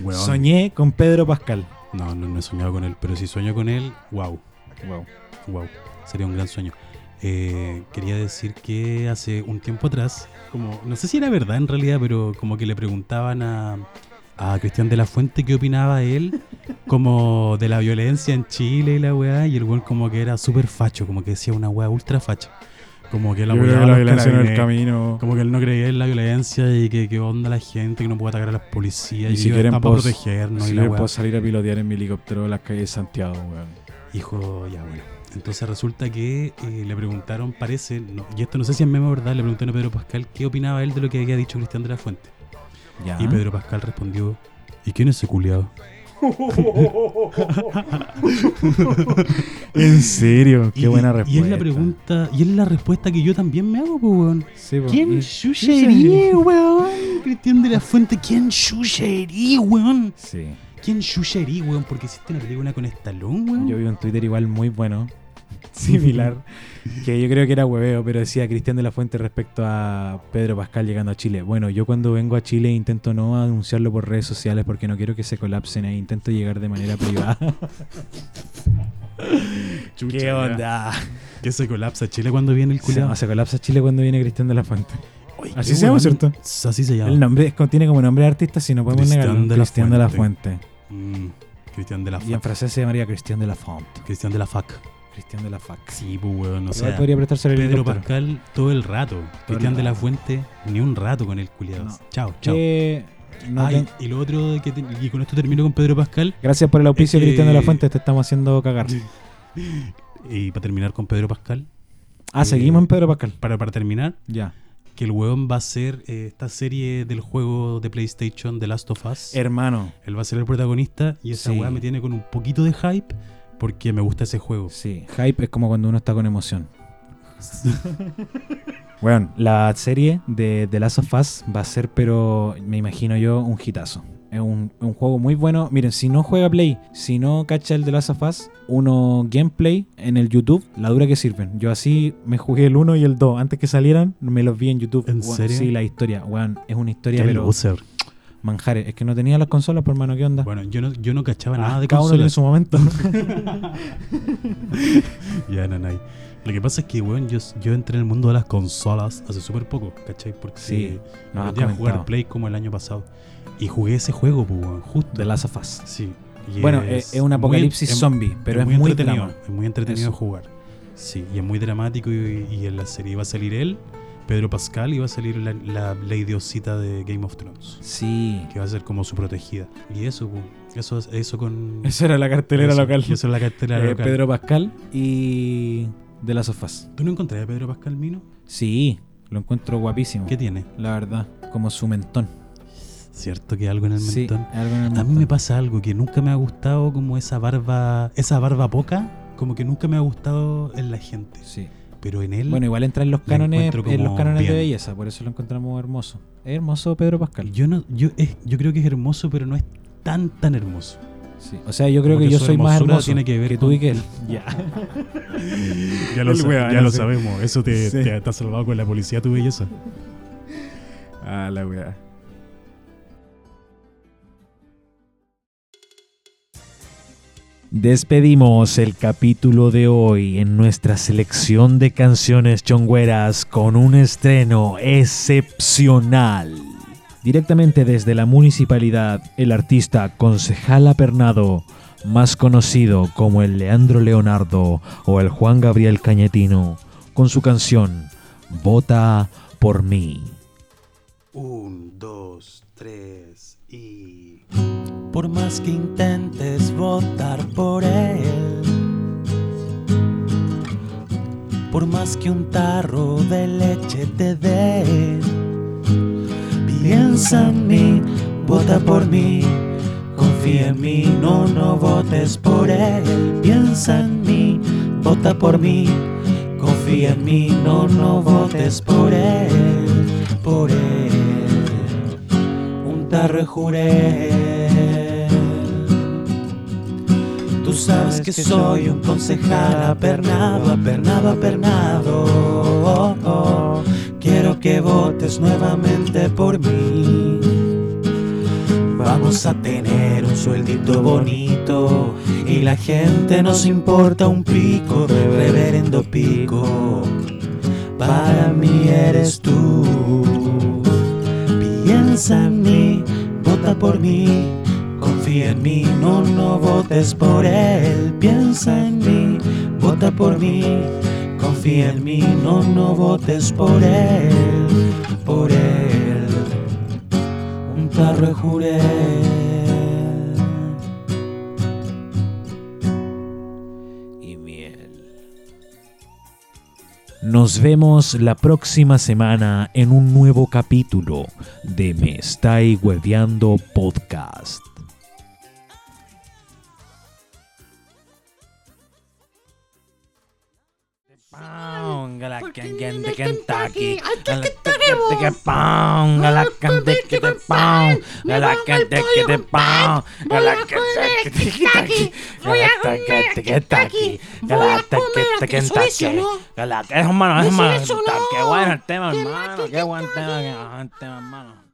Speaker 2: Weón.
Speaker 1: Soñé con Pedro Pascal.
Speaker 2: No, no, no he soñado con él, pero si sueño con él, wow,
Speaker 1: Wow.
Speaker 2: wow, sería un gran sueño. Eh, quería decir que hace un tiempo atrás, como no sé si era verdad en realidad, pero como que le preguntaban a, a Cristian de la Fuente qué opinaba él, como de la violencia en Chile y la weá, y el weón como que era súper facho, como que decía una weá ultra facha. Como que la
Speaker 1: camino.
Speaker 2: Como que él no creía en la violencia y que, que onda la gente, que no puede atacar a las policías
Speaker 1: Y
Speaker 2: y,
Speaker 1: si
Speaker 2: que ellos
Speaker 1: quieren,
Speaker 2: están para
Speaker 1: pues,
Speaker 2: protegernos y
Speaker 1: si
Speaker 2: la weá.
Speaker 1: puedo salir a pilotear en mi helicóptero las calles de Santiago, weón.
Speaker 2: Hijo, ya bueno. Entonces resulta que eh, le preguntaron, parece, no- y esto no sé si es meme o verdad, le preguntaron a Pedro Pascal qué opinaba él de lo que había dicho Cristian de la Fuente.
Speaker 1: Ya.
Speaker 2: Y Pedro Pascal respondió, ¿y quién es ese culiado?
Speaker 1: En serio, qué
Speaker 2: Y-
Speaker 1: buena
Speaker 2: y-
Speaker 1: respuesta.
Speaker 2: Y es la pregunta, y es la respuesta que yo también me hago, pues, weón.
Speaker 1: Sí, po.
Speaker 2: ¿Quién
Speaker 1: Y-
Speaker 2: chuchería, weón? Cristian de la Fuente, ¿quién chuchería, weón?
Speaker 1: <laughs> Sí.
Speaker 2: ¿Quién chuchería, weón? Porque hiciste una película con Stallone, weón.
Speaker 1: Yo vi un Twitter igual muy bueno, <laughs> similar, que yo creo que era hueveo, pero decía Cristian de la Fuente respecto a Pedro Pascal llegando a Chile. Bueno, yo cuando vengo a Chile intento no anunciarlo por redes sociales porque no quiero que se colapsen ahí, intento llegar de manera privada.
Speaker 2: <laughs> Chucha,
Speaker 1: ¿Qué
Speaker 2: ya.
Speaker 1: onda?
Speaker 2: Que se colapsa Chile cuando viene el
Speaker 1: Se,
Speaker 2: culiado.
Speaker 1: se colapsa Chile cuando viene Cristian de la Fuente.
Speaker 2: Oye,
Speaker 1: Así
Speaker 2: qué
Speaker 1: se llama,
Speaker 2: weón.
Speaker 1: ¿cierto?
Speaker 2: Así se llama.
Speaker 1: El nombre es- tiene como nombre de artista, si no podemos
Speaker 2: Cristian
Speaker 1: negarlo.
Speaker 2: de la
Speaker 1: Cristian de la Fuente.
Speaker 2: Mm, Cristian de la
Speaker 1: Y en
Speaker 2: Fac.
Speaker 1: francés se llamaría Cristian de la Fuente.
Speaker 2: Cristian de la Fac.
Speaker 1: Cristian de la Fax.
Speaker 2: Sí, pues, weón. O sea,
Speaker 1: podría prestarse el
Speaker 2: Pedro
Speaker 1: helicóptero.
Speaker 2: Pascal todo el rato. Cristian de la
Speaker 1: rato.
Speaker 2: Fuente ni un rato con el culiado.
Speaker 1: No.
Speaker 2: Chao, chao.
Speaker 1: Que- Eh, no
Speaker 2: Ah,
Speaker 1: ten-
Speaker 2: y, y lo otro, que te- y con esto termino con Pedro Pascal.
Speaker 1: Gracias por el auspicio,
Speaker 2: Es que-
Speaker 1: Cristian de la Fuente. Te estamos haciendo cagar.
Speaker 2: Y para terminar con Pedro Pascal, eh,
Speaker 1: Ah, seguimos en Pedro Pascal.
Speaker 2: para, para terminar,
Speaker 1: Ya.
Speaker 2: que el weón va a ser eh, esta serie del juego de PlayStation The Last of Us.
Speaker 1: Hermano.
Speaker 2: Él va a ser el protagonista y esa
Speaker 1: Sí.
Speaker 2: weá me tiene con un poquito de hype porque me gusta ese juego. <laughs>
Speaker 1: Sí, hype es como cuando uno está con emoción. Bueno, la serie de The Last of Us va a ser, pero me imagino yo, un hitazo. Es un, un juego muy bueno. Miren, si no juega Play, si no cacha el The Last of Us, uno gameplay en el YouTube, la dura que sirven. Yo así me jugué el 1 y el 2. Antes que salieran, me los vi en YouTube.
Speaker 2: ¿En
Speaker 1: Weón,
Speaker 2: serio?
Speaker 1: Sí, la historia, weón. Es una historia,
Speaker 2: Qué
Speaker 1: pero
Speaker 2: loser.
Speaker 1: manjares. Es que no tenía las consolas, por mano, ¿qué onda?
Speaker 2: Bueno, yo no, yo no cachaba nada Ah, de
Speaker 1: cada uno tiene
Speaker 2: consolas.
Speaker 1: su momento.
Speaker 2: Ya, nanay. Lo que pasa es que, weón, yo, yo entré en el mundo de las consolas hace súper poco, ¿cachai? Porque
Speaker 1: Sí, nos has
Speaker 2: aprendí a
Speaker 1: comentado.
Speaker 2: jugar Play como el año pasado. Y jugué ese juego, pues, weón, justo.
Speaker 1: The Last of Us.
Speaker 2: Sí.
Speaker 1: <laughs>
Speaker 2: y
Speaker 1: Bueno, eh, es, es un
Speaker 2: muy-
Speaker 1: apocalipsis
Speaker 2: es-
Speaker 1: zombie, pero es muy,
Speaker 2: entretenido.
Speaker 1: drama.
Speaker 2: Es muy entretenido
Speaker 1: Eso.
Speaker 2: jugar. Sí, y es muy dramático. Y, y en la serie iba a salir él, Pedro Pascal, y va a salir la, la Lady Osita de Game of Thrones,
Speaker 1: Sí.
Speaker 2: que va a ser como su protegida. Y eso, pues, eso, eso con.
Speaker 1: Esa era la cartelera
Speaker 2: eso,
Speaker 1: local.
Speaker 2: Eso es la cartelera
Speaker 1: Eh,
Speaker 2: local.
Speaker 1: Pedro Pascal y de las sofás.
Speaker 2: ¿Tú no encontraste a Pedro Pascal Mino?
Speaker 1: Sí, lo encuentro guapísimo.
Speaker 2: ¿Qué tiene?
Speaker 1: La verdad, como su mentón.
Speaker 2: Cierto que algo en el
Speaker 1: Sí,
Speaker 2: mentón.
Speaker 1: algo en el
Speaker 2: A mí
Speaker 1: mentón.
Speaker 2: me pasa algo que nunca me ha gustado como esa barba, esa barba poca, como que nunca me ha gustado en la gente.
Speaker 1: Sí.
Speaker 7: pero en él
Speaker 8: Bueno, igual entra en los
Speaker 7: Lo
Speaker 8: cánones,
Speaker 7: encuentro
Speaker 8: en los
Speaker 7: como
Speaker 8: cánones de
Speaker 7: bien. Mm.
Speaker 8: belleza, por eso lo encontramos hermoso. Es hermoso Pedro Pascal.
Speaker 7: yo no yo es- yo creo que es hermoso, pero no es tan tan hermoso.
Speaker 8: Sí. O sea, yo creo
Speaker 7: Como
Speaker 8: que
Speaker 7: que
Speaker 8: yo
Speaker 7: su
Speaker 8: soy más
Speaker 7: hermosura
Speaker 8: hermoso
Speaker 7: tiene
Speaker 8: que,
Speaker 7: que ver
Speaker 8: tú
Speaker 7: con-
Speaker 8: y que
Speaker 7: <laughs>
Speaker 8: él.
Speaker 7: Ya lo,
Speaker 8: El
Speaker 7: sa-
Speaker 8: weón,
Speaker 7: ya
Speaker 8: no
Speaker 7: lo
Speaker 8: sé.
Speaker 7: sabemos, eso te,
Speaker 8: Sí.
Speaker 7: te, te ha salvado con la policía tu belleza.
Speaker 3: Ah, la weá.
Speaker 1: Despedimos el capítulo de hoy en nuestra selección de canciones chongüeras con un estreno excepcional. Directamente desde la municipalidad, el artista Concejal Apernado, más conocido como el Leandro Leonardo o el Juan Gabriel Cañetino, con su canción Vota por mí.
Speaker 7: Un, dos, tres y
Speaker 2: Por más que intentes votar por él, por más que un tarro de leche te dé, piensa en mí, vota por mí, confía en mí, no, no votes por él. Piensa en mí, vota por mí, confía en mí, no, no votes por él, por él un tarro juré. Tú sabes que soy un concejal apernado, apernado, apernado. Oh, oh. Quiero que votes nuevamente por mí. Vamos a tener un sueldito bonito y la gente nos importa un pico, reverendo pico. Para mí eres tú. Piensa en mí, vota por mí, confía en mí, no, no votes por él. Piensa en mí, vota por mí, confía en mí, no, no votes por él, por él. Un tarro de juré.
Speaker 1: y miel. Nos vemos la próxima semana en un nuevo capítulo de Me Estáis Hueveando Podcast.
Speaker 4: ¿Por qué vienen del Kentucky? ¡Ay, qué Kentucky, vos!
Speaker 1: la
Speaker 4: Ah,
Speaker 1: gente
Speaker 4: pues,
Speaker 1: que te
Speaker 4: ven, compadre.
Speaker 1: a
Speaker 4: Me
Speaker 1: la
Speaker 4: pongo el
Speaker 1: gente
Speaker 4: pollo,
Speaker 1: que te
Speaker 4: compadre.
Speaker 1: a
Speaker 4: Voy
Speaker 1: la
Speaker 4: a comer
Speaker 1: gente que te
Speaker 4: Kentucky. Voy a comer
Speaker 1: que te
Speaker 4: Kentucky.
Speaker 1: a
Speaker 4: Voy a
Speaker 1: la
Speaker 4: comer
Speaker 1: que
Speaker 4: a
Speaker 1: te
Speaker 4: queso, eso,
Speaker 1: que-
Speaker 4: ¿no?
Speaker 1: a la- Es hermano, es
Speaker 4: Eso,
Speaker 1: hermano.
Speaker 4: eso,
Speaker 1: Qué
Speaker 4: no.
Speaker 1: bueno el tema,
Speaker 4: Que
Speaker 1: hermano.
Speaker 4: la
Speaker 1: Qué buen
Speaker 4: Kentucky.
Speaker 1: tema, qué buen tema, hermano.